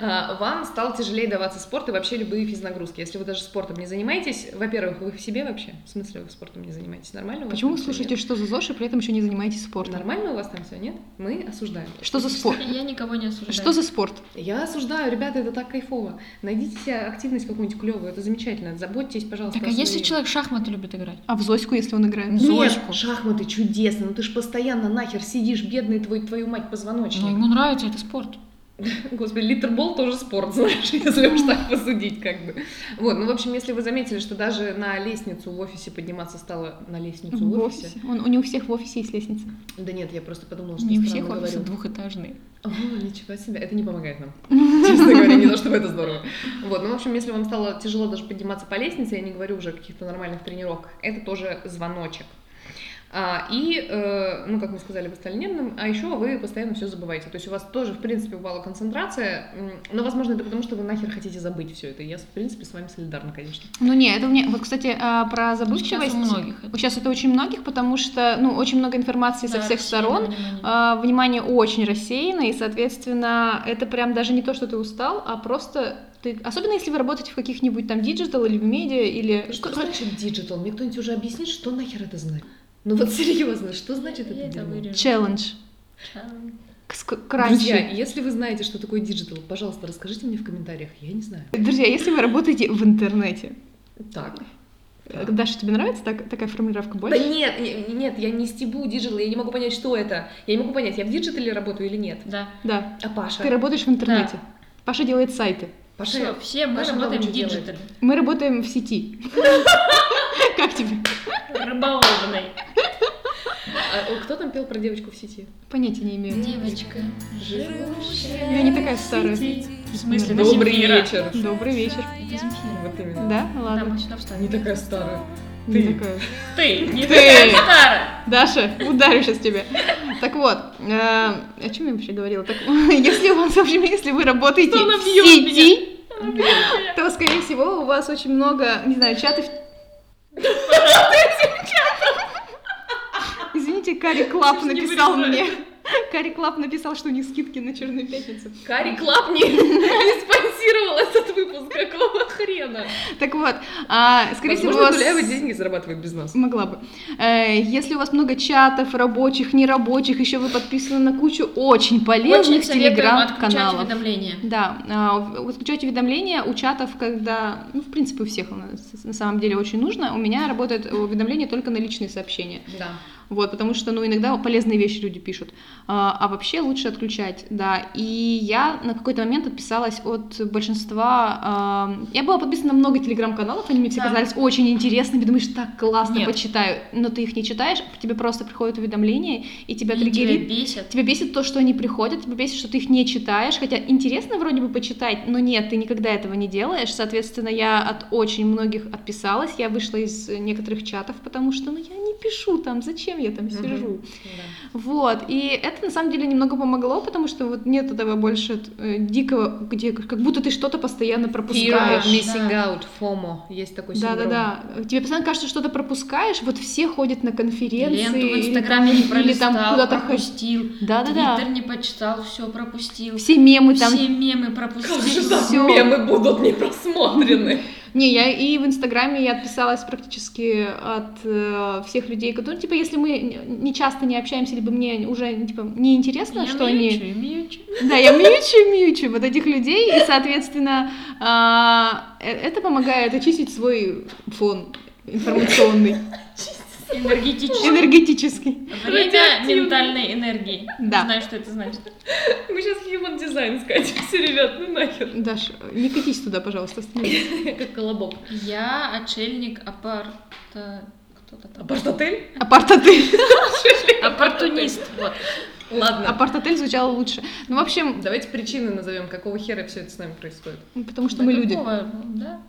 [SPEAKER 1] А, Вам стал тяжелее даваться спорт и вообще любые физнагрузки. Если вы даже спортом не занимаетесь, во-первых, вы в себе вообще? В смысле, вы спортом не занимаетесь? Нормально? у вас
[SPEAKER 2] Почему вы
[SPEAKER 1] там всё, нет?
[SPEAKER 2] слушаете, что за ЗОЖ, и при этом еще не занимаетесь спортом?
[SPEAKER 1] Нормально у вас там все, нет? Мы осуждаем.
[SPEAKER 2] Что за спорт?
[SPEAKER 3] Я никого не осуждаю.
[SPEAKER 2] Что за спорт?
[SPEAKER 1] Я осуждаю, ребята, это так кайфово. Найдите себе активность какую-нибудь клевую, это замечательно. Заботьтесь, пожалуйста.
[SPEAKER 3] Так,
[SPEAKER 1] о
[SPEAKER 3] а если
[SPEAKER 1] своей-
[SPEAKER 3] человек в шахматы любит играть?
[SPEAKER 2] А в Зоську, если он играет?
[SPEAKER 1] Нет,
[SPEAKER 3] Зоечку.
[SPEAKER 1] шахматы чудесно, ну ты ж постоянно нахер сидишь, бедный твой, твою мать
[SPEAKER 3] Ну,
[SPEAKER 1] позвоночник.
[SPEAKER 3] ему нравится, это спорт.
[SPEAKER 1] Господи, литербол тоже спорт, знаешь, если уж так посудить, как бы. Вот, ну, в общем, если вы заметили, что даже на лестницу в офисе подниматься стало на лестницу в,
[SPEAKER 2] В
[SPEAKER 1] офисе.
[SPEAKER 2] офисе. Он, у не у всех в офисе есть лестница.
[SPEAKER 1] Да нет, я просто подумала, что
[SPEAKER 3] Не у
[SPEAKER 1] странно
[SPEAKER 3] всех офисы
[SPEAKER 1] говорю.
[SPEAKER 3] двухэтажные.
[SPEAKER 1] О, ничего себе, это не помогает нам. Честно говоря, не то чтобы это здорово. Вот, ну, в общем, если вам стало тяжело даже подниматься по лестнице, я не говорю уже о каких-то нормальных тренировках, это тоже звоночек. А, и, э, ну, как мы сказали, вы стали нервным, а еще вы постоянно все забываете. То есть у вас тоже, в принципе, упала концентрация, м, но, возможно, это потому, что вы нахер хотите забыть все это. Я, в принципе, с вами солидарна, конечно.
[SPEAKER 2] Ну не, это мне. Вот, кстати, а, про забывчивость.
[SPEAKER 3] Ну, Сейчас у многих это.
[SPEAKER 2] Сейчас это очень многих, потому что, ну, очень много информации со
[SPEAKER 3] Да,
[SPEAKER 2] всех
[SPEAKER 3] рассеянное
[SPEAKER 2] сторон.
[SPEAKER 3] внимание.
[SPEAKER 2] А, Внимание очень рассеяно, и, соответственно, это прям даже не то, что ты устал, а просто ты... Особенно если вы работаете в каких-нибудь там диджитал или в медиа, или...
[SPEAKER 1] А Что значит диджитал? Мне кто-нибудь уже объяснит, что нахер это значит? Ну вот серьезно, что значит
[SPEAKER 3] Ну, Я
[SPEAKER 1] это?
[SPEAKER 3] это
[SPEAKER 1] дерьмо?
[SPEAKER 3] вырежу.
[SPEAKER 2] Челлендж. Ск-
[SPEAKER 1] Друзья,
[SPEAKER 2] Кранчи.
[SPEAKER 1] если вы знаете, что такое диджитал, пожалуйста, расскажите мне в комментариях, я не знаю.
[SPEAKER 2] Друзья, если вы работаете в интернете,
[SPEAKER 1] Так.
[SPEAKER 2] э,
[SPEAKER 1] Так.
[SPEAKER 2] Даша, тебе нравится так- такая формулировка
[SPEAKER 1] Да
[SPEAKER 2] больше?
[SPEAKER 1] нет, не- нет, я не стебу диджитал, я не могу понять, что это. Я не могу понять, я в диджитале работаю или нет.
[SPEAKER 3] Да.
[SPEAKER 2] Да.
[SPEAKER 1] А Паша?
[SPEAKER 2] Ты работаешь в интернете. Паша делает сайты.
[SPEAKER 1] Паша,
[SPEAKER 3] Все, все мы
[SPEAKER 1] Паша
[SPEAKER 3] работаем
[SPEAKER 1] много
[SPEAKER 3] в
[SPEAKER 1] чего
[SPEAKER 3] диджитале.
[SPEAKER 2] Мы работаем в сети. Как тебе?
[SPEAKER 3] Рыболовной.
[SPEAKER 1] а, о, кто там пел про девочку в сети?
[SPEAKER 2] Понятия не имею.
[SPEAKER 3] Девочка, живущая.
[SPEAKER 2] Я не такая старая.
[SPEAKER 3] В смысле,
[SPEAKER 2] Добрый
[SPEAKER 3] это Земфира.
[SPEAKER 1] вечер.
[SPEAKER 2] Добрый вечер.
[SPEAKER 3] Это Земфира.
[SPEAKER 1] Вот именно.
[SPEAKER 2] Да?
[SPEAKER 3] Да, мы
[SPEAKER 2] Ладно.
[SPEAKER 3] сюда вставим.
[SPEAKER 1] Не такая старая.
[SPEAKER 2] Не
[SPEAKER 1] Ты.
[SPEAKER 2] Ну, такая.
[SPEAKER 3] Ты, не
[SPEAKER 2] Ты.
[SPEAKER 3] такая старая.
[SPEAKER 2] Даша, ударю сейчас тебя. Так вот, э, о чем я вообще говорила? Так, если у вас, в общем, если вы работаете
[SPEAKER 3] Что она
[SPEAKER 2] в
[SPEAKER 3] бьёт
[SPEAKER 2] сети, то, скорее всего, у вас очень много, не знаю, чатов Извините, Кари Клаб
[SPEAKER 1] Слушай, не
[SPEAKER 2] написал мне.
[SPEAKER 1] вырезай.
[SPEAKER 2] Кари Клаб написал, что у них скидки на Черную Пятницу.
[SPEAKER 1] Кари Клаб не, не спонсировал этот выпуск, какого хрена?
[SPEAKER 2] Так вот, а, скорее всего...
[SPEAKER 1] Возможно,
[SPEAKER 2] с-
[SPEAKER 1] Дуляева деньги зарабатывает без нас.
[SPEAKER 2] Могла бы. Э, Если у вас много чатов, рабочих, нерабочих, еще вы подписаны на кучу очень полезных
[SPEAKER 3] Очень советуем отключать
[SPEAKER 2] телеграм-каналов.
[SPEAKER 3] уведомления.
[SPEAKER 2] Да, а, в- отключать уведомления у чатов, когда, ну, в принципе, у всех у нас на самом деле очень нужно. У меня работают уведомления только на личные сообщения.
[SPEAKER 1] Да.
[SPEAKER 2] Вот, потому что, ну, иногда полезные вещи люди пишут. А, а вообще лучше отключать, да. И я на какой-то момент отписалась от большинства... а, я была подписана на много телеграм-каналов, они мне все
[SPEAKER 3] Да.
[SPEAKER 2] казались очень интересными, думаешь, так классно,
[SPEAKER 3] Нет.
[SPEAKER 2] почитаю. Но ты их не читаешь, тебе просто приходят уведомления, и тебя
[SPEAKER 3] И тебя
[SPEAKER 2] триггерит.
[SPEAKER 3] бесят.
[SPEAKER 2] Тебя бесит то, что они приходят, тебя бесит, что ты их не читаешь, хотя интересно вроде бы почитать, но нет, ты никогда этого не делаешь, соответственно, я от очень многих отписалась, я вышла из э, некоторых чатов, потому что, ну, я не пишу там, зачем я там
[SPEAKER 1] Мгм.
[SPEAKER 2] сижу,
[SPEAKER 1] да.
[SPEAKER 2] вот, и это на самом деле немного помогло, потому что вот нет этого больше э, дикого, где как будто ты что-то постоянно
[SPEAKER 1] Fear of
[SPEAKER 2] пропускаешь.
[SPEAKER 1] missing out, FOMO, есть такой
[SPEAKER 2] Да,
[SPEAKER 1] синдром.
[SPEAKER 2] да, да. Тебе постоянно кажется, что ты пропускаешь, вот все ходят на конференции.
[SPEAKER 3] Ленту в
[SPEAKER 2] или
[SPEAKER 3] Инстаграме
[SPEAKER 2] там-
[SPEAKER 3] не
[SPEAKER 2] или
[SPEAKER 3] пролистал,
[SPEAKER 2] там куда-то ходят.
[SPEAKER 3] пропустил.
[SPEAKER 2] Да, да,
[SPEAKER 3] Твиттер
[SPEAKER 2] да.
[SPEAKER 3] не почитал, все пропустил.
[SPEAKER 2] Все мемы там.
[SPEAKER 3] Все мемы
[SPEAKER 1] Как
[SPEAKER 3] пропустил.
[SPEAKER 1] же так
[SPEAKER 2] Всё.
[SPEAKER 1] мемы будут не просмотрены?
[SPEAKER 2] Не, я и в Инстаграме я отписалась практически от э, всех людей, которые, типа, если мы не не часто не общаемся, либо мне уже типа неинтересно,
[SPEAKER 3] Я
[SPEAKER 2] что они.
[SPEAKER 3] мьючу, мьючу.
[SPEAKER 2] Да, я мьючу, мьючу вот этих людей, и, соответственно, а, э, это помогает очистить свой фон информационный,
[SPEAKER 3] Энергетически.
[SPEAKER 2] энергетический.
[SPEAKER 3] Время
[SPEAKER 1] Радиоактивный.
[SPEAKER 3] ментальной энергии.
[SPEAKER 2] Да.
[SPEAKER 3] Знаю, что это значит.
[SPEAKER 1] Мы сейчас human design скатимся, ребят, ну нахер.
[SPEAKER 2] Даш, не катись туда, пожалуйста, остановись.
[SPEAKER 1] Как колобок.
[SPEAKER 3] Я отшельник апарта... Кто-то там.
[SPEAKER 1] Апарт-отель?
[SPEAKER 2] Апарт-отель.
[SPEAKER 3] Оппортунист. Вот.
[SPEAKER 1] Ладно.
[SPEAKER 2] Апарт-отель звучало лучше. Ну, в общем,
[SPEAKER 1] А Давайте причины назовем, какого хера все это с нами происходит.
[SPEAKER 2] потому что
[SPEAKER 3] Да
[SPEAKER 2] мы люди.
[SPEAKER 3] какого, Да.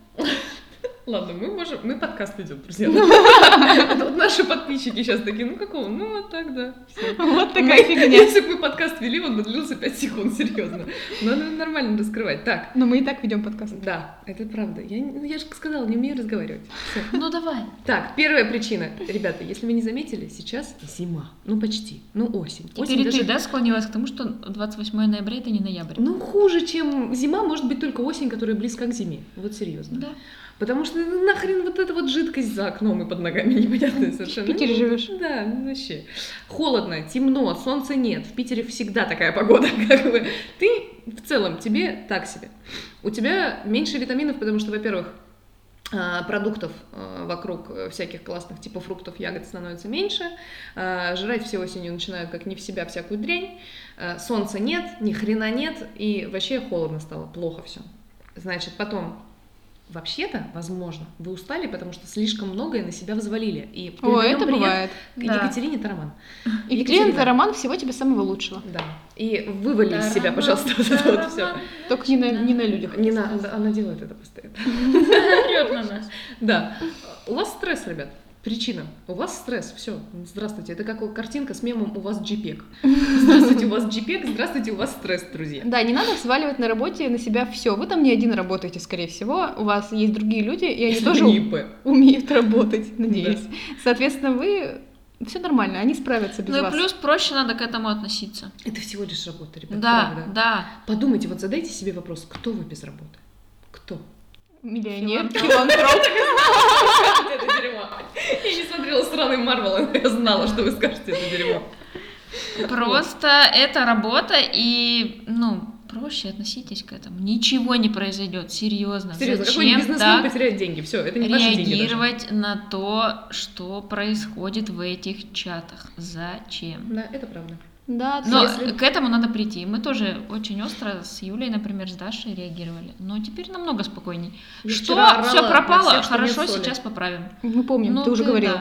[SPEAKER 1] Ладно, мы можем, мы подкаст идем, друзья. А Тут наши подписчики сейчас такие, ну какого, ну вот так, да. всё.
[SPEAKER 2] Вот
[SPEAKER 1] Мы-
[SPEAKER 2] такая фигня.
[SPEAKER 1] Если бы мы подкаст вели, он бы длился 5 секунд, серьезно. Надо нормально раскрывать. Так,
[SPEAKER 2] Но мы и так ведем подкаст.
[SPEAKER 1] да, это правда. Я, не- ну, я же сказала, не умею разговаривать. Всё.
[SPEAKER 3] Ну давай.
[SPEAKER 1] Так, первая причина. Ребята, если вы не заметили, сейчас зима. Ну почти. Ну осень. Осень
[SPEAKER 3] Теперь и ты,
[SPEAKER 1] даже-
[SPEAKER 3] да, склонилась к тому, что 28 ноября это не ноябрь.
[SPEAKER 1] Ну, хуже, чем зима, может быть только осень, которая близка к зиме. Вот серьезно.
[SPEAKER 3] Да.
[SPEAKER 1] Потому что ну, нахрен вот эта вот жидкость за окном и под ногами непонятная совершенно.
[SPEAKER 2] В Питере живешь.
[SPEAKER 1] Да, ну, вообще. Холодно, темно, солнца нет. В Питере всегда такая погода, как бы. Ты в целом, тебе так себе. У тебя меньше витаминов, потому что, во-первых, а, продуктов а, вокруг э, всяких классных, типа фруктов, ягод становится меньше. А, Жрать все осенью начинают как не в себя всякую дрянь. А, Солнца нет, ни хрена нет, и вообще холодно стало, плохо все. Значит, потом, вообще-то, возможно, вы устали, потому что слишком многое на себя взвалили. И
[SPEAKER 2] О,
[SPEAKER 1] передаём
[SPEAKER 2] это
[SPEAKER 1] привет
[SPEAKER 2] бывает.
[SPEAKER 1] к
[SPEAKER 3] Да.
[SPEAKER 1] Екатерине Тараман.
[SPEAKER 2] Екатерина,
[SPEAKER 1] Екатерина.
[SPEAKER 2] это роман всего тебе самого лучшего.
[SPEAKER 1] Да. И вывали из себя, пожалуйста, вот это вот все.
[SPEAKER 2] Только не на, не на людях.
[SPEAKER 1] Не надо, она делает это постоянно.
[SPEAKER 3] Орёт на нас.
[SPEAKER 1] Да. У вас стресс, ребят. Причина. У вас стресс. Все. Здравствуйте. Это как картинка с мемом «У вас JPEG». Здравствуйте, у вас JPEG. Здравствуйте, у вас стресс, друзья.
[SPEAKER 2] Да, не надо сваливать на работе на себя все. Вы там не один работаете, скорее всего. У вас есть другие люди, и они
[SPEAKER 1] Если
[SPEAKER 2] тоже
[SPEAKER 1] вы не ИП.
[SPEAKER 2] умеют работать, надеюсь. Соответственно, вы все нормально, они справятся без
[SPEAKER 3] Ну и
[SPEAKER 2] вас.
[SPEAKER 3] плюс проще надо к этому относиться.
[SPEAKER 1] Это всего лишь работа, ребят.
[SPEAKER 3] Да,
[SPEAKER 1] правда.
[SPEAKER 3] да.
[SPEAKER 1] Подумайте, вот задайте себе вопрос, кто вы без работы? Кто?
[SPEAKER 2] Миллионер,
[SPEAKER 3] Филантроп.
[SPEAKER 2] филантроп.
[SPEAKER 1] Это дерьмо. Я не смотрела страны Марвела, но я знала, что вы скажете это дерьмо.
[SPEAKER 3] Просто это работа, и, ну, проще относитесь к этому. Ничего не произойдет, серьезно.
[SPEAKER 1] Серьезно, какой
[SPEAKER 3] Зачем
[SPEAKER 1] бизнесмен потеряет
[SPEAKER 3] так
[SPEAKER 1] деньги? Все, это не ваши деньги. даже.
[SPEAKER 3] реагировать на то, что происходит в этих чатах? Зачем?
[SPEAKER 1] Да, это правда.
[SPEAKER 2] Да,
[SPEAKER 3] Но
[SPEAKER 2] то есть-
[SPEAKER 3] к этому надо прийти. Мы тоже очень остро с Юлей, например, с Дашей реагировали. Но теперь намного спокойней.
[SPEAKER 1] Я вчера
[SPEAKER 3] что
[SPEAKER 1] орала
[SPEAKER 3] все
[SPEAKER 1] на
[SPEAKER 3] пропало,
[SPEAKER 1] всех, что
[SPEAKER 3] хорошо,
[SPEAKER 1] нет соли.
[SPEAKER 3] сейчас поправим.
[SPEAKER 2] мы помним, Ну ты уже говорила.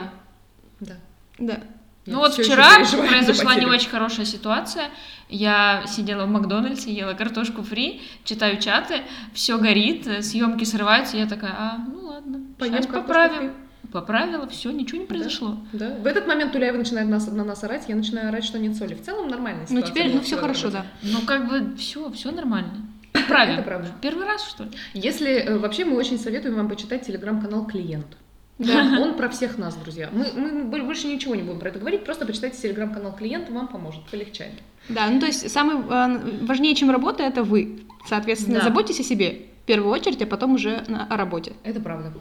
[SPEAKER 3] да.
[SPEAKER 1] Да.
[SPEAKER 2] Да.
[SPEAKER 1] Я
[SPEAKER 3] Ну вот
[SPEAKER 1] всё ещё
[SPEAKER 3] вчера
[SPEAKER 1] переживаю за
[SPEAKER 3] произошла не
[SPEAKER 1] потерю.
[SPEAKER 3] очень хорошая ситуация. Я сидела в Макдональдсе, ела картошку фри, читаю чаты, все горит, съемки срываются. Я такая, а, ну ладно,
[SPEAKER 1] Поем
[SPEAKER 3] сейчас
[SPEAKER 1] картошку
[SPEAKER 3] поправим. Поправила, все, ничего не произошло.
[SPEAKER 1] Да. В этот момент Туляева начинает нас, на нас орать, я начинаю орать, что нет соли. В целом нормальная
[SPEAKER 2] Ну
[SPEAKER 1] ситуация.
[SPEAKER 2] теперь
[SPEAKER 1] была
[SPEAKER 2] ну, все
[SPEAKER 1] вчера
[SPEAKER 2] хорошо,
[SPEAKER 1] на
[SPEAKER 2] да.
[SPEAKER 1] работе.
[SPEAKER 3] Ну как бы все, все нормально. Поправим.
[SPEAKER 1] Это правда.
[SPEAKER 3] Первый раз, что ли?
[SPEAKER 1] Если э, вообще мы очень советуем вам почитать телеграм-канал «Клиент».
[SPEAKER 2] Да.
[SPEAKER 1] Он про всех нас, друзья. Мы, мы бо- больше ничего не будем про это говорить, просто почитайте телеграм-канал клиента, вам поможет, полегчает.
[SPEAKER 2] Да, ну то есть самый э, важнее, чем работа, это вы. Соответственно,
[SPEAKER 3] Да.
[SPEAKER 2] заботьтесь о себе в первую очередь, а потом уже на- о работе.
[SPEAKER 1] Это правда.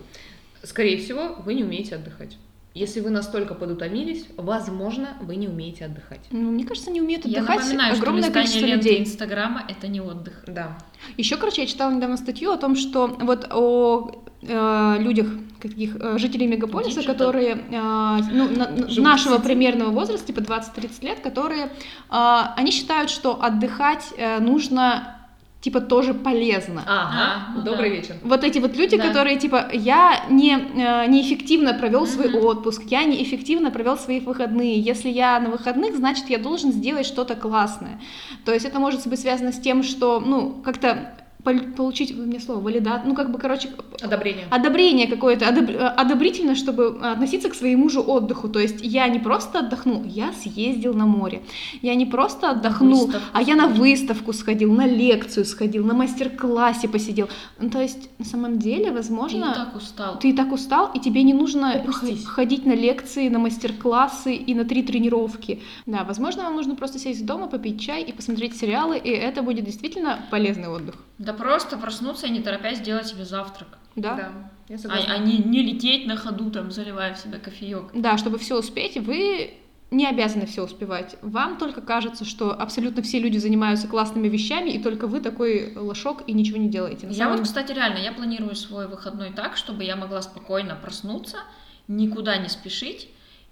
[SPEAKER 1] Скорее всего, вы не умеете отдыхать. Если вы настолько подутомились, возможно, вы не умеете отдыхать.
[SPEAKER 2] Ну, мне кажется, не умеют
[SPEAKER 3] Я
[SPEAKER 2] отдыхать
[SPEAKER 3] напоминаю, что
[SPEAKER 2] огромное
[SPEAKER 3] листание
[SPEAKER 2] количество
[SPEAKER 3] ленты
[SPEAKER 2] людей.
[SPEAKER 3] Инстаграма — это не отдых.
[SPEAKER 1] Да.
[SPEAKER 2] Еще, короче, я читала недавно статью о том, что вот о э, людях, каких э, жителей мегаполиса,
[SPEAKER 3] Диджитал.
[SPEAKER 2] которые э, ну, на- на-
[SPEAKER 1] Живут в
[SPEAKER 2] нашего
[SPEAKER 1] сети.
[SPEAKER 2] примерного возраста, типа 20-30 лет, которые э, они считают, что отдыхать э, нужно типа тоже полезно.
[SPEAKER 1] Ага.
[SPEAKER 3] ну
[SPEAKER 1] Добрый
[SPEAKER 3] да.
[SPEAKER 1] вечер.
[SPEAKER 2] Вот эти вот люди,
[SPEAKER 3] Да.
[SPEAKER 2] которые типа я не э, неэффективно провел свой
[SPEAKER 3] Мгм.
[SPEAKER 2] отпуск, я неэффективно провел свои выходные. Если я на выходных, значит я должен сделать что-то классное. То есть это может быть связано с тем, что ну как-то пол- получить вы мне слово валидат, ну как бы короче
[SPEAKER 1] Одобрение.
[SPEAKER 2] А, одобрение какое-то одоб- э, одобрительно, чтобы э, относиться к своему же отдыху. То есть я не просто отдохнул, я съездил на море, я не просто отдохнул,
[SPEAKER 3] Выставку.
[SPEAKER 2] а я на выставку сходил, на лекцию сходил, на мастер-классе посидел. Ну, то есть, на самом деле,
[SPEAKER 3] Я
[SPEAKER 2] возможно,
[SPEAKER 3] так устал.
[SPEAKER 2] ты и так устал, и тебе не нужно
[SPEAKER 1] Опустись.
[SPEAKER 2] х- ходить на лекции, на мастер-классы и на три тренировки. Да, возможно, вам нужно просто сесть дома, попить чай и посмотреть сериалы, и это будет действительно полезный отдых.
[SPEAKER 3] Да просто проснуться и не торопясь делать себе завтрак.
[SPEAKER 2] Да? Да,
[SPEAKER 1] Я
[SPEAKER 3] А,
[SPEAKER 1] согласна.
[SPEAKER 3] а не, не лететь на ходу, там, заливая в себя кофеек.
[SPEAKER 2] чтобы все успеть, вы не обязаны все успевать. Вам только кажется, что абсолютно все люди занимаются классными вещами, и только вы такой лошок и ничего не делаете. На
[SPEAKER 3] Я
[SPEAKER 2] самом
[SPEAKER 3] вот, кстати, реально, я планирую свой выходной так, чтобы я могла спокойно проснуться, никуда не спешить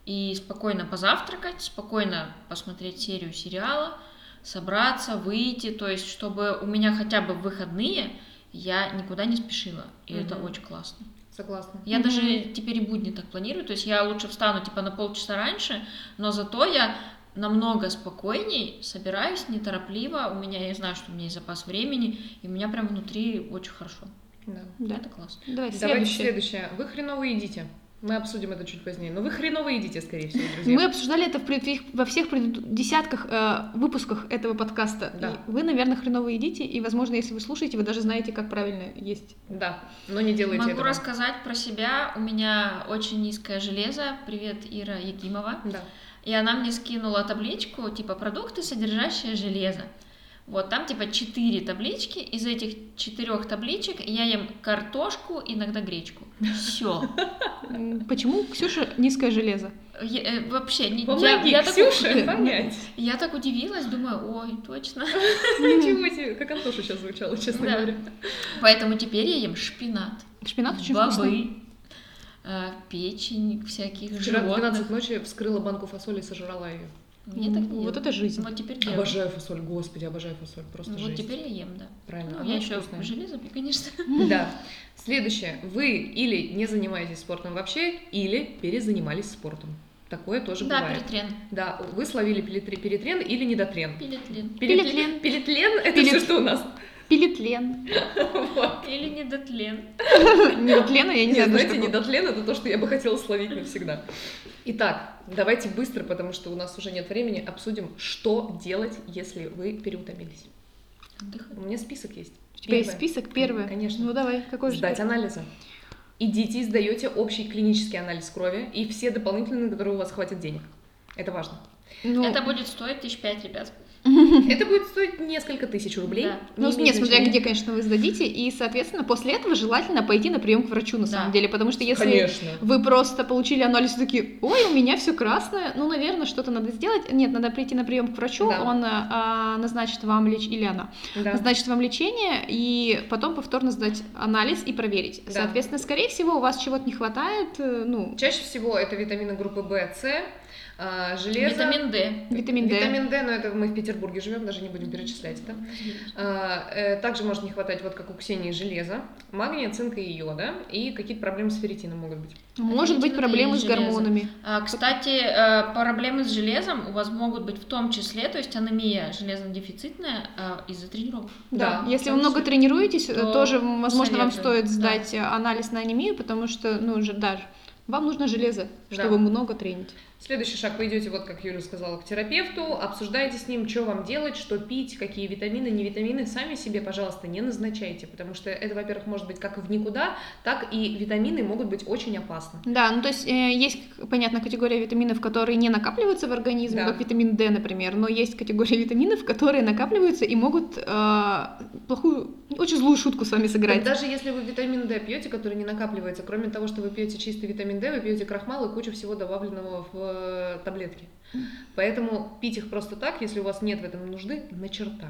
[SPEAKER 3] и спокойно позавтракать, спокойно посмотреть серию сериала, собраться, выйти, то есть чтобы у меня хотя бы в выходные я никуда не спешила, и это
[SPEAKER 1] Мгм.
[SPEAKER 3] очень классно.
[SPEAKER 1] Согласна.
[SPEAKER 3] Я
[SPEAKER 2] Мгм.
[SPEAKER 3] даже теперь и будни так планирую, то есть я лучше встану типа на полчаса раньше, но зато я намного спокойней собираюсь, неторопливо, у меня, я знаю, что у меня есть запас времени, и у меня прям внутри очень хорошо.
[SPEAKER 1] Да.
[SPEAKER 2] Да.
[SPEAKER 3] Это классно.
[SPEAKER 2] Давай,
[SPEAKER 1] Давайте
[SPEAKER 2] следующее.
[SPEAKER 1] следующее. Вы хреново едите. Мы обсудим это чуть позднее. Но вы хреново едите, скорее всего, друзья.
[SPEAKER 2] Мы обсуждали это в пред- их- во всех пред- десятках э, выпусках этого подкаста.
[SPEAKER 1] Да.
[SPEAKER 2] И вы, наверное, хреново едите, и, возможно, если вы слушаете, вы даже знаете, как правильно есть.
[SPEAKER 1] Да, но не делайте
[SPEAKER 3] Могу
[SPEAKER 1] этого.
[SPEAKER 3] рассказать про себя. У меня очень низкое железо. Привет, Ира Якимова.
[SPEAKER 1] Да.
[SPEAKER 3] И она мне скинула табличку, типа, продукты, содержащие железо. Вот, там типа 4 таблички, из этих четырех табличек я ем картошку, иногда гречку. Все.
[SPEAKER 2] М, Почему Ксюша низкое железо?
[SPEAKER 3] Вообще, не- я,
[SPEAKER 1] Помоги,
[SPEAKER 3] я так,
[SPEAKER 1] Ксюше, понять.
[SPEAKER 3] я так удивилась, думаю, ой, точно.
[SPEAKER 1] Ничего себе, как Антоша сейчас звучала, честно
[SPEAKER 3] Да.
[SPEAKER 1] говоря.
[SPEAKER 3] Поэтому теперь я ем шпинат,
[SPEAKER 2] Шпинат очень вкусный.
[SPEAKER 3] бобы, э, печень всяких
[SPEAKER 1] Вчера в
[SPEAKER 3] животных.
[SPEAKER 1] 12 ночи вскрыла банку фасоли и сожрала ее.
[SPEAKER 3] Мне так не
[SPEAKER 2] Вот
[SPEAKER 3] делают.
[SPEAKER 2] это жизнь.
[SPEAKER 3] Вот теперь делаю.
[SPEAKER 1] Обожаю фасоль, господи, обожаю фасоль, просто
[SPEAKER 3] Ну, вот
[SPEAKER 1] жесть.
[SPEAKER 3] теперь я ем, да.
[SPEAKER 1] Правильно,
[SPEAKER 3] Ну,
[SPEAKER 1] она
[SPEAKER 3] я
[SPEAKER 1] очень
[SPEAKER 3] еще
[SPEAKER 1] вкусная.
[SPEAKER 3] железо, конечно.
[SPEAKER 1] Да. Следующее. Вы или не занимаетесь спортом вообще, или перезанимались спортом. Такое тоже
[SPEAKER 3] Да,
[SPEAKER 1] бывает.
[SPEAKER 3] перетрен.
[SPEAKER 1] Да, вы словили пелетри- перетрен или недотрен.
[SPEAKER 3] Пилетлин.
[SPEAKER 2] Пелетлен.
[SPEAKER 1] Пелетлен — это
[SPEAKER 2] Пелет-
[SPEAKER 1] все, что у нас.
[SPEAKER 2] Пилетлен.
[SPEAKER 1] Вот.
[SPEAKER 3] Или недотлен.
[SPEAKER 2] Недотлена, я
[SPEAKER 1] Нет,
[SPEAKER 2] не знаю, даже
[SPEAKER 1] знаете,
[SPEAKER 2] какого.
[SPEAKER 1] недотлен это то, что я бы хотела словить навсегда. Итак, давайте быстро, потому что у нас уже нет времени, обсудим, что делать, если вы переутомились.
[SPEAKER 3] Отдыхай.
[SPEAKER 1] У меня список есть.
[SPEAKER 2] У тебя есть
[SPEAKER 1] Первое.
[SPEAKER 2] список первый?
[SPEAKER 1] Конечно.
[SPEAKER 2] Ну давай, какой же?
[SPEAKER 1] Сдать А анализы. Идите и сдаете общий клинический анализ крови и все дополнительные, на которые у вас хватит денег. Это важно.
[SPEAKER 2] Ну,
[SPEAKER 3] Это будет стоить тысяч пять, ребят.
[SPEAKER 1] Это будет стоить несколько тысяч рублей.
[SPEAKER 3] Да.
[SPEAKER 2] Ну,
[SPEAKER 1] Не
[SPEAKER 2] нет,
[SPEAKER 1] имеет
[SPEAKER 2] смотря
[SPEAKER 1] значения.
[SPEAKER 2] где, конечно, вы сдадите, и, соответственно, после этого желательно пойти на прием к врачу, на
[SPEAKER 3] Да.
[SPEAKER 2] самом деле, потому что если
[SPEAKER 1] Конечно.
[SPEAKER 2] вы просто получили анализ и такие, ой, у меня все красное, ну, наверное, что-то надо сделать. Нет, надо прийти на прием к врачу,
[SPEAKER 1] Да.
[SPEAKER 2] он а, назначит вам леч... или она
[SPEAKER 1] Да.
[SPEAKER 2] назначит вам лечение, и потом повторно сдать анализ и проверить.
[SPEAKER 1] Да.
[SPEAKER 2] Соответственно, скорее всего, у вас чего-то не хватает, э, ну,
[SPEAKER 1] Чаще всего это витамины группы В, С, а, железо.
[SPEAKER 3] Витамин Д.
[SPEAKER 2] витамин D.
[SPEAKER 1] Витамин D, но это мы в Петербурге живем, даже не будем перечислять это. А, э, Также может не хватать, вот как у Ксении, железа, магния, цинка и йода, и какие-то проблемы с ферритином могут быть.
[SPEAKER 2] Может быть
[SPEAKER 3] Витамин D и
[SPEAKER 2] проблемы с
[SPEAKER 3] железо.
[SPEAKER 2] гормонами.
[SPEAKER 3] А, Кстати, э, проблемы с железом у вас могут быть в том числе, то есть анемия железнодефицитная а, из-за тренировок.
[SPEAKER 2] Да,
[SPEAKER 1] Да,
[SPEAKER 2] если вы
[SPEAKER 1] потому
[SPEAKER 2] много тренируетесь, э,
[SPEAKER 3] то
[SPEAKER 2] тоже, возможно, вам
[SPEAKER 3] советую,
[SPEAKER 2] стоит
[SPEAKER 3] да.
[SPEAKER 2] сдать э, анализ на анемию, потому что, ну, же- даже Вам нужно железо,
[SPEAKER 1] Да.
[SPEAKER 2] чтобы много тренить.
[SPEAKER 1] Следующий шаг, вы идете, вот как Юля сказала, к терапевту, обсуждаете с ним, что вам делать, что пить, какие витамины, не витамины, сами себе, пожалуйста, не назначайте, потому что это, во-первых, может быть как в никуда, так и витамины могут быть очень опасны.
[SPEAKER 2] Да, ну то есть э, есть, понятно, категория витаминов, которые не накапливаются в организме,
[SPEAKER 1] Да.
[SPEAKER 2] как витамин D, например, но есть категория витаминов, которые накапливаются и могут э, плохую, очень злую шутку с вами сыграть.
[SPEAKER 1] Так Даже если вы витамин D пьете, который не накапливается, кроме того, что вы пьете чистый витамин D, вы пьете крахмал и кучу всего добавленного в э, таблетки. Поэтому пить их просто так, если у вас нет в этом нужды, на черта.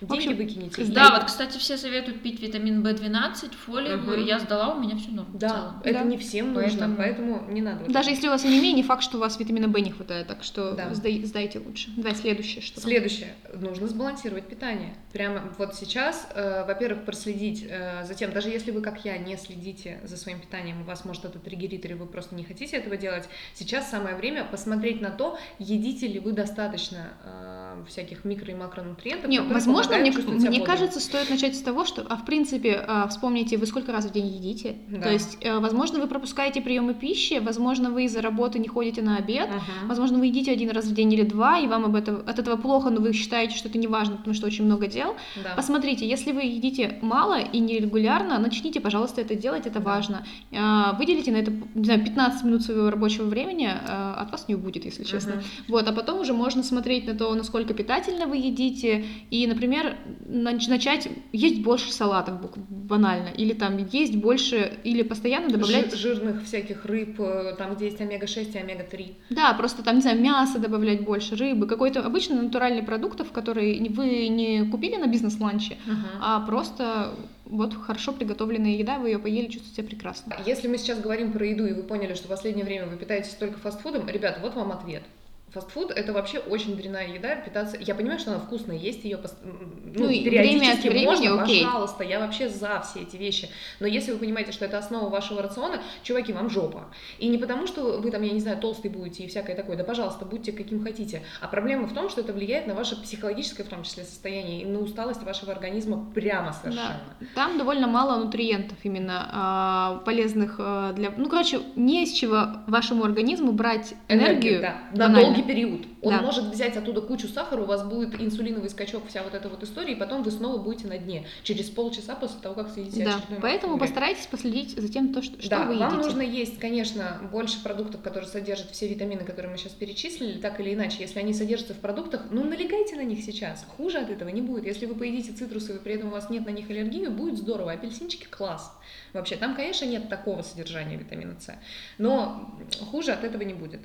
[SPEAKER 2] В общем,
[SPEAKER 1] Деньги выкинете.
[SPEAKER 2] с-
[SPEAKER 3] Да, вот, кстати, все советуют пить витамин В12, фолиевую.
[SPEAKER 1] Мгм.
[SPEAKER 3] Я сдала, у меня все норм. в
[SPEAKER 1] Да,
[SPEAKER 3] целом.
[SPEAKER 1] это
[SPEAKER 2] Да.
[SPEAKER 1] не всем нужно,
[SPEAKER 3] Поэтому-
[SPEAKER 1] поэтому не надо. вот
[SPEAKER 2] Даже
[SPEAKER 1] это.
[SPEAKER 2] если у вас анемия, не факт, что у вас витамина В не хватает, так что
[SPEAKER 1] Да.
[SPEAKER 2] сдай- сдайте лучше. Давай следующее, что там.
[SPEAKER 1] Следующее. Нужно сбалансировать питание. Прямо вот сейчас, э, во-первых, проследить э, за тем, даже если вы, как я, не следите за своим питанием, вас может это триггерит, или вы просто не хотите этого делать, сейчас самое время посмотреть на то, едите ли вы достаточно э, всяких микро- и макронутриентов.
[SPEAKER 2] Не,
[SPEAKER 1] которые
[SPEAKER 2] возможно,
[SPEAKER 1] помогают
[SPEAKER 2] мне,
[SPEAKER 1] чувствовать себя
[SPEAKER 2] мне
[SPEAKER 1] бодрым.
[SPEAKER 2] кажется, стоит начать с того, что, а в принципе, а, вспомните, вы сколько раз в день едите.
[SPEAKER 1] Да.
[SPEAKER 2] То есть, э, возможно, вы пропускаете приемы пищи, возможно, вы из-за работы не ходите на обед,
[SPEAKER 1] Мгм.
[SPEAKER 2] Возможно, вы едите один раз в день или два, и вам об этом, от этого плохо, но вы считаете, что это не важно, потому что очень много дел.
[SPEAKER 1] Да.
[SPEAKER 2] Посмотрите, если вы едите мало и нерегулярно, начните, пожалуйста, это делать, это
[SPEAKER 1] Да.
[SPEAKER 2] важно. А, Выделите на это, не знаю, 15 минут своего рабочего времени, а, от вас не убудет, если честно.
[SPEAKER 1] Мгм.
[SPEAKER 2] Вот, а потом уже можно смотреть на то, насколько питательно вы едите, и, например, нач- начать есть больше салатов, бу- банально, или там есть больше, или постоянно добавлять...
[SPEAKER 1] Жи- жирных всяких рыб, э, там, где есть омега-6 и омега-3.
[SPEAKER 2] Да, просто там, не знаю, мясо добавлять больше, рыбы, какой-то обычный натуральный продуктов, которые не- вы не купили на бизнес-ланче, а просто вот хорошо приготовленная еда, вы ее поели, чувствуете себя прекрасно.
[SPEAKER 1] Если мы сейчас говорим про еду, и вы поняли, что в последнее время вы питаетесь только фастфудом, ребят, вот вам ответ. Фастфуд это вообще очень дрянная еда, питаться. Я понимаю, что она вкусная, есть ее пост- м, ну,
[SPEAKER 2] Ну, и время от
[SPEAKER 1] периодически
[SPEAKER 2] времени,
[SPEAKER 1] можно,
[SPEAKER 2] окей.
[SPEAKER 1] пожалуйста, я вообще за все эти вещи. Но если вы понимаете, что это основа вашего рациона, чуваки, вам жопа. И не потому, что вы там, я не знаю, толстый будете и всякое такое, да пожалуйста, будьте каким хотите. А проблема в том, что это влияет на ваше психологическое, в том числе, состояние и на усталость вашего организма прямо совершенно.
[SPEAKER 2] Там довольно мало нутриентов именно а, полезных а, для... Ну, короче, не из чего вашему организму брать энергию.
[SPEAKER 1] да, на
[SPEAKER 2] банально.
[SPEAKER 1] долгий период. Он
[SPEAKER 2] Да.
[SPEAKER 1] может взять оттуда кучу сахара, у вас будет инсулиновый скачок, вся вот эта вот история, и потом вы снова будете на дне через полчаса после того, как съедите
[SPEAKER 2] Да,
[SPEAKER 1] очередной
[SPEAKER 2] поэтому
[SPEAKER 1] макароны.
[SPEAKER 2] постарайтесь последить за тем, то, что, что
[SPEAKER 1] да,
[SPEAKER 2] вы едите.
[SPEAKER 1] вам нужно есть, конечно, больше продуктов, которые содержат все витамины, которые мы сейчас перечислили, так или иначе. Если они содержатся в продуктах, ну налегайте на них сейчас. Хуже от этого не будет. Если вы поедите цитрусовые, при этом у вас нет на них аллергии, будет здорово. Апельсинчики класс. Вообще, там, конечно, нет такого содержания витамина С. Но хуже от этого не будет.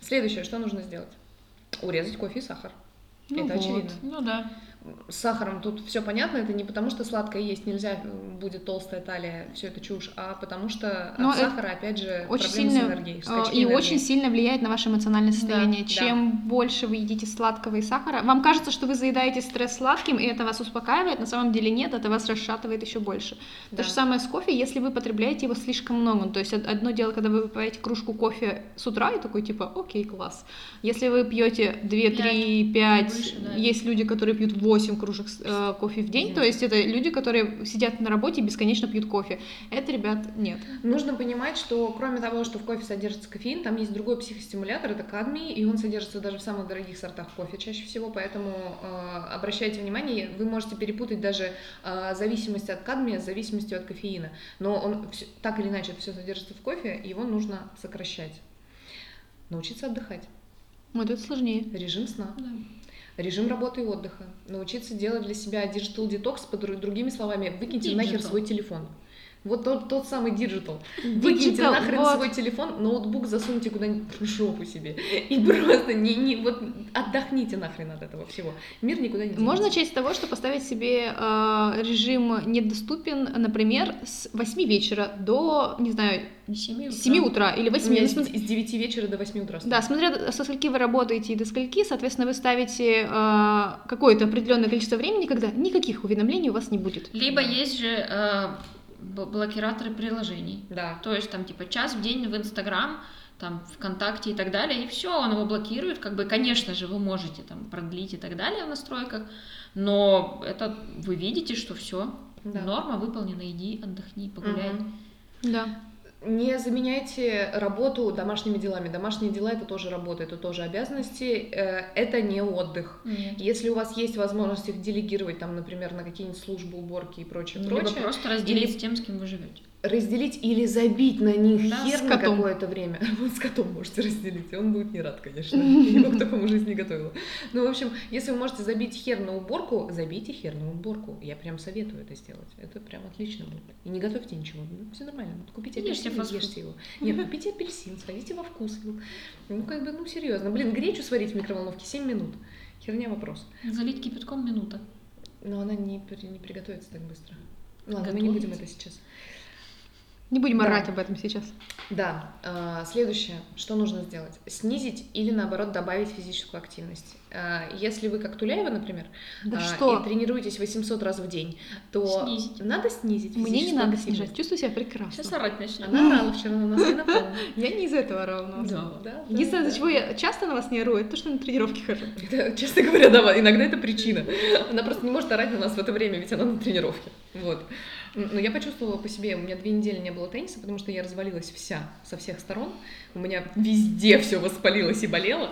[SPEAKER 1] Следующее, что нужно сделать? Урезать кофе и сахар.
[SPEAKER 2] Ну
[SPEAKER 1] это
[SPEAKER 2] вот.
[SPEAKER 1] очевидно.
[SPEAKER 3] Ну да.
[SPEAKER 1] С сахаром тут все понятно, это не потому, что сладкое есть нельзя, будет толстая талия, все это чушь, а потому что
[SPEAKER 2] Но
[SPEAKER 1] от
[SPEAKER 2] это
[SPEAKER 1] сахара, опять же,
[SPEAKER 2] очень
[SPEAKER 1] проблемы
[SPEAKER 2] сильно,
[SPEAKER 1] с энергией,
[SPEAKER 2] Э,
[SPEAKER 1] скачки
[SPEAKER 2] И
[SPEAKER 1] энергии.
[SPEAKER 2] очень сильно влияет на ваше эмоциональное
[SPEAKER 3] Да,
[SPEAKER 2] состояние.
[SPEAKER 1] да.
[SPEAKER 2] Чем больше вы едите сладкого и сахара, вам кажется, что вы заедаете стресс сладким, и это вас успокаивает, на самом деле нет, это вас расшатывает еще больше.
[SPEAKER 1] Да.
[SPEAKER 2] То же самое с кофе, если вы потребляете его слишком много. То есть од- одно дело, когда вы выпиваете кружку кофе с утра, и такой типа, окей, класс. Если вы пьете 2, 3, 5,
[SPEAKER 3] Выше, да.
[SPEAKER 2] есть люди, которые пьют 8 кружек э, кофе в день,
[SPEAKER 1] Мгм.
[SPEAKER 2] то есть это люди, которые сидят на работе и бесконечно пьют кофе. Это, ребят, нет.
[SPEAKER 1] Нужно понимать, что кроме того, что в кофе содержится кофеин, там есть другой психостимулятор, это кадмий, и он содержится даже в самых дорогих сортах кофе чаще всего, поэтому э, обращайте внимание, вы можете перепутать даже э, зависимость от кадмия с зависимостью от кофеина, но он всё- так или иначе это все содержится в кофе, его нужно сокращать. Научиться отдыхать.
[SPEAKER 2] Вот это сложнее.
[SPEAKER 1] Режим сна,
[SPEAKER 3] Да.
[SPEAKER 1] режим работы и отдыха, научиться делать для себя digital detox, под дру- другими словами, выкиньте
[SPEAKER 3] Digital.
[SPEAKER 1] нахер свой телефон. Вот тот, тот самый digital. Выкиньте
[SPEAKER 2] Digital,
[SPEAKER 1] нахрен
[SPEAKER 2] вот.
[SPEAKER 1] свой телефон, ноутбук засуньте куда-нибудь в жопу себе. И просто не, не, вот отдохните нахрен от этого всего. Мир никуда не денется.
[SPEAKER 2] Можно начать с того, что поставить себе э, режим недоступен, например, с 8 вечера до, не знаю,
[SPEAKER 3] И Семи
[SPEAKER 2] 7 утра или
[SPEAKER 1] У
[SPEAKER 2] 8.
[SPEAKER 1] меня
[SPEAKER 2] ну,
[SPEAKER 1] с,
[SPEAKER 2] смотри-
[SPEAKER 1] с 9 вечера до 8 утра.
[SPEAKER 2] Да, смотря со скольки вы работаете и до скольки, соответственно, вы ставите э, какое-то определенное количество времени, когда никаких уведомлений у вас не будет.
[SPEAKER 3] Либо есть же э, бл- блокираторы приложений.
[SPEAKER 1] Да.
[SPEAKER 3] То есть там типа час в день в Инстаграм, там ВКонтакте и так далее, и все, он его блокирует. Как бы, конечно же, вы можете там продлить и так далее в настройках, но это вы видите, что все.
[SPEAKER 1] да.
[SPEAKER 3] Норма выполнена, иди отдохни, погуляй.
[SPEAKER 1] Мгм.
[SPEAKER 2] Да.
[SPEAKER 1] не заменяйте работу домашними делами. Домашние дела это тоже работа, это тоже обязанности, э, это не отдых.
[SPEAKER 3] Нет.
[SPEAKER 1] Если у вас есть возможность их делегировать, там, например, на какие-нибудь службы, уборки и прочее,
[SPEAKER 3] Либо
[SPEAKER 1] прочее,
[SPEAKER 3] просто разделить с тем, с кем вы живете.
[SPEAKER 1] разделить или забить на них
[SPEAKER 3] Да,
[SPEAKER 1] хер
[SPEAKER 2] с
[SPEAKER 1] на
[SPEAKER 2] котом.
[SPEAKER 1] какое-то время. Вот с котом можете разделить, и он будет не рад, конечно. Я Его к такому жизни не готовила. Ну, в общем, если вы можете забить хер на уборку, забейте хер на уборку. Я прям советую это сделать. Это прям отлично будет. И не готовьте ничего. все нормально. Вот Купите
[SPEAKER 3] Ешьте
[SPEAKER 1] апельсин, и
[SPEAKER 3] фастфуд.
[SPEAKER 1] ешьте его. Нет, купите апельсин, сходите во вкус. Ну, как бы, ну, серьезно. Блин, гречу сварить в микроволновке 7 минут. Херня вопрос.
[SPEAKER 3] Залить кипятком минута.
[SPEAKER 1] Но она не, при- не приготовится так быстро. Ну Ладно, мы не будем
[SPEAKER 3] Готовится.
[SPEAKER 1] это сейчас.
[SPEAKER 2] Не будем
[SPEAKER 1] Да.
[SPEAKER 2] орать об этом сейчас.
[SPEAKER 1] Да, а, следующее, что нужно сделать? Снизить или наоборот добавить физическую активность. А, Если вы как Туляева, например,
[SPEAKER 2] Да
[SPEAKER 1] а,
[SPEAKER 2] что?
[SPEAKER 1] и тренируетесь 800 раз в день, то
[SPEAKER 3] Снизить.
[SPEAKER 1] надо снизить
[SPEAKER 2] Мне не
[SPEAKER 1] физическую
[SPEAKER 2] надо
[SPEAKER 1] активность.
[SPEAKER 2] снижать. Чувствую себя прекрасно.
[SPEAKER 3] Сейчас орать начнем.
[SPEAKER 1] А Она орала вчера на нас и напала.
[SPEAKER 2] Я не из этого ровно.
[SPEAKER 3] Да.
[SPEAKER 1] Да, да,
[SPEAKER 2] Единственное,
[SPEAKER 1] да.
[SPEAKER 2] из-за чего я часто на вас не ору, это то, что я на тренировки хожу.
[SPEAKER 1] Это, честно говоря, да, иногда это причина. Она просто не может орать на нас в это время, ведь она на тренировке. Вот. Но я почувствовала по себе, у меня две недели не было тенниса, потому что я развалилась вся, со всех сторон. У меня везде все воспалилось и болело.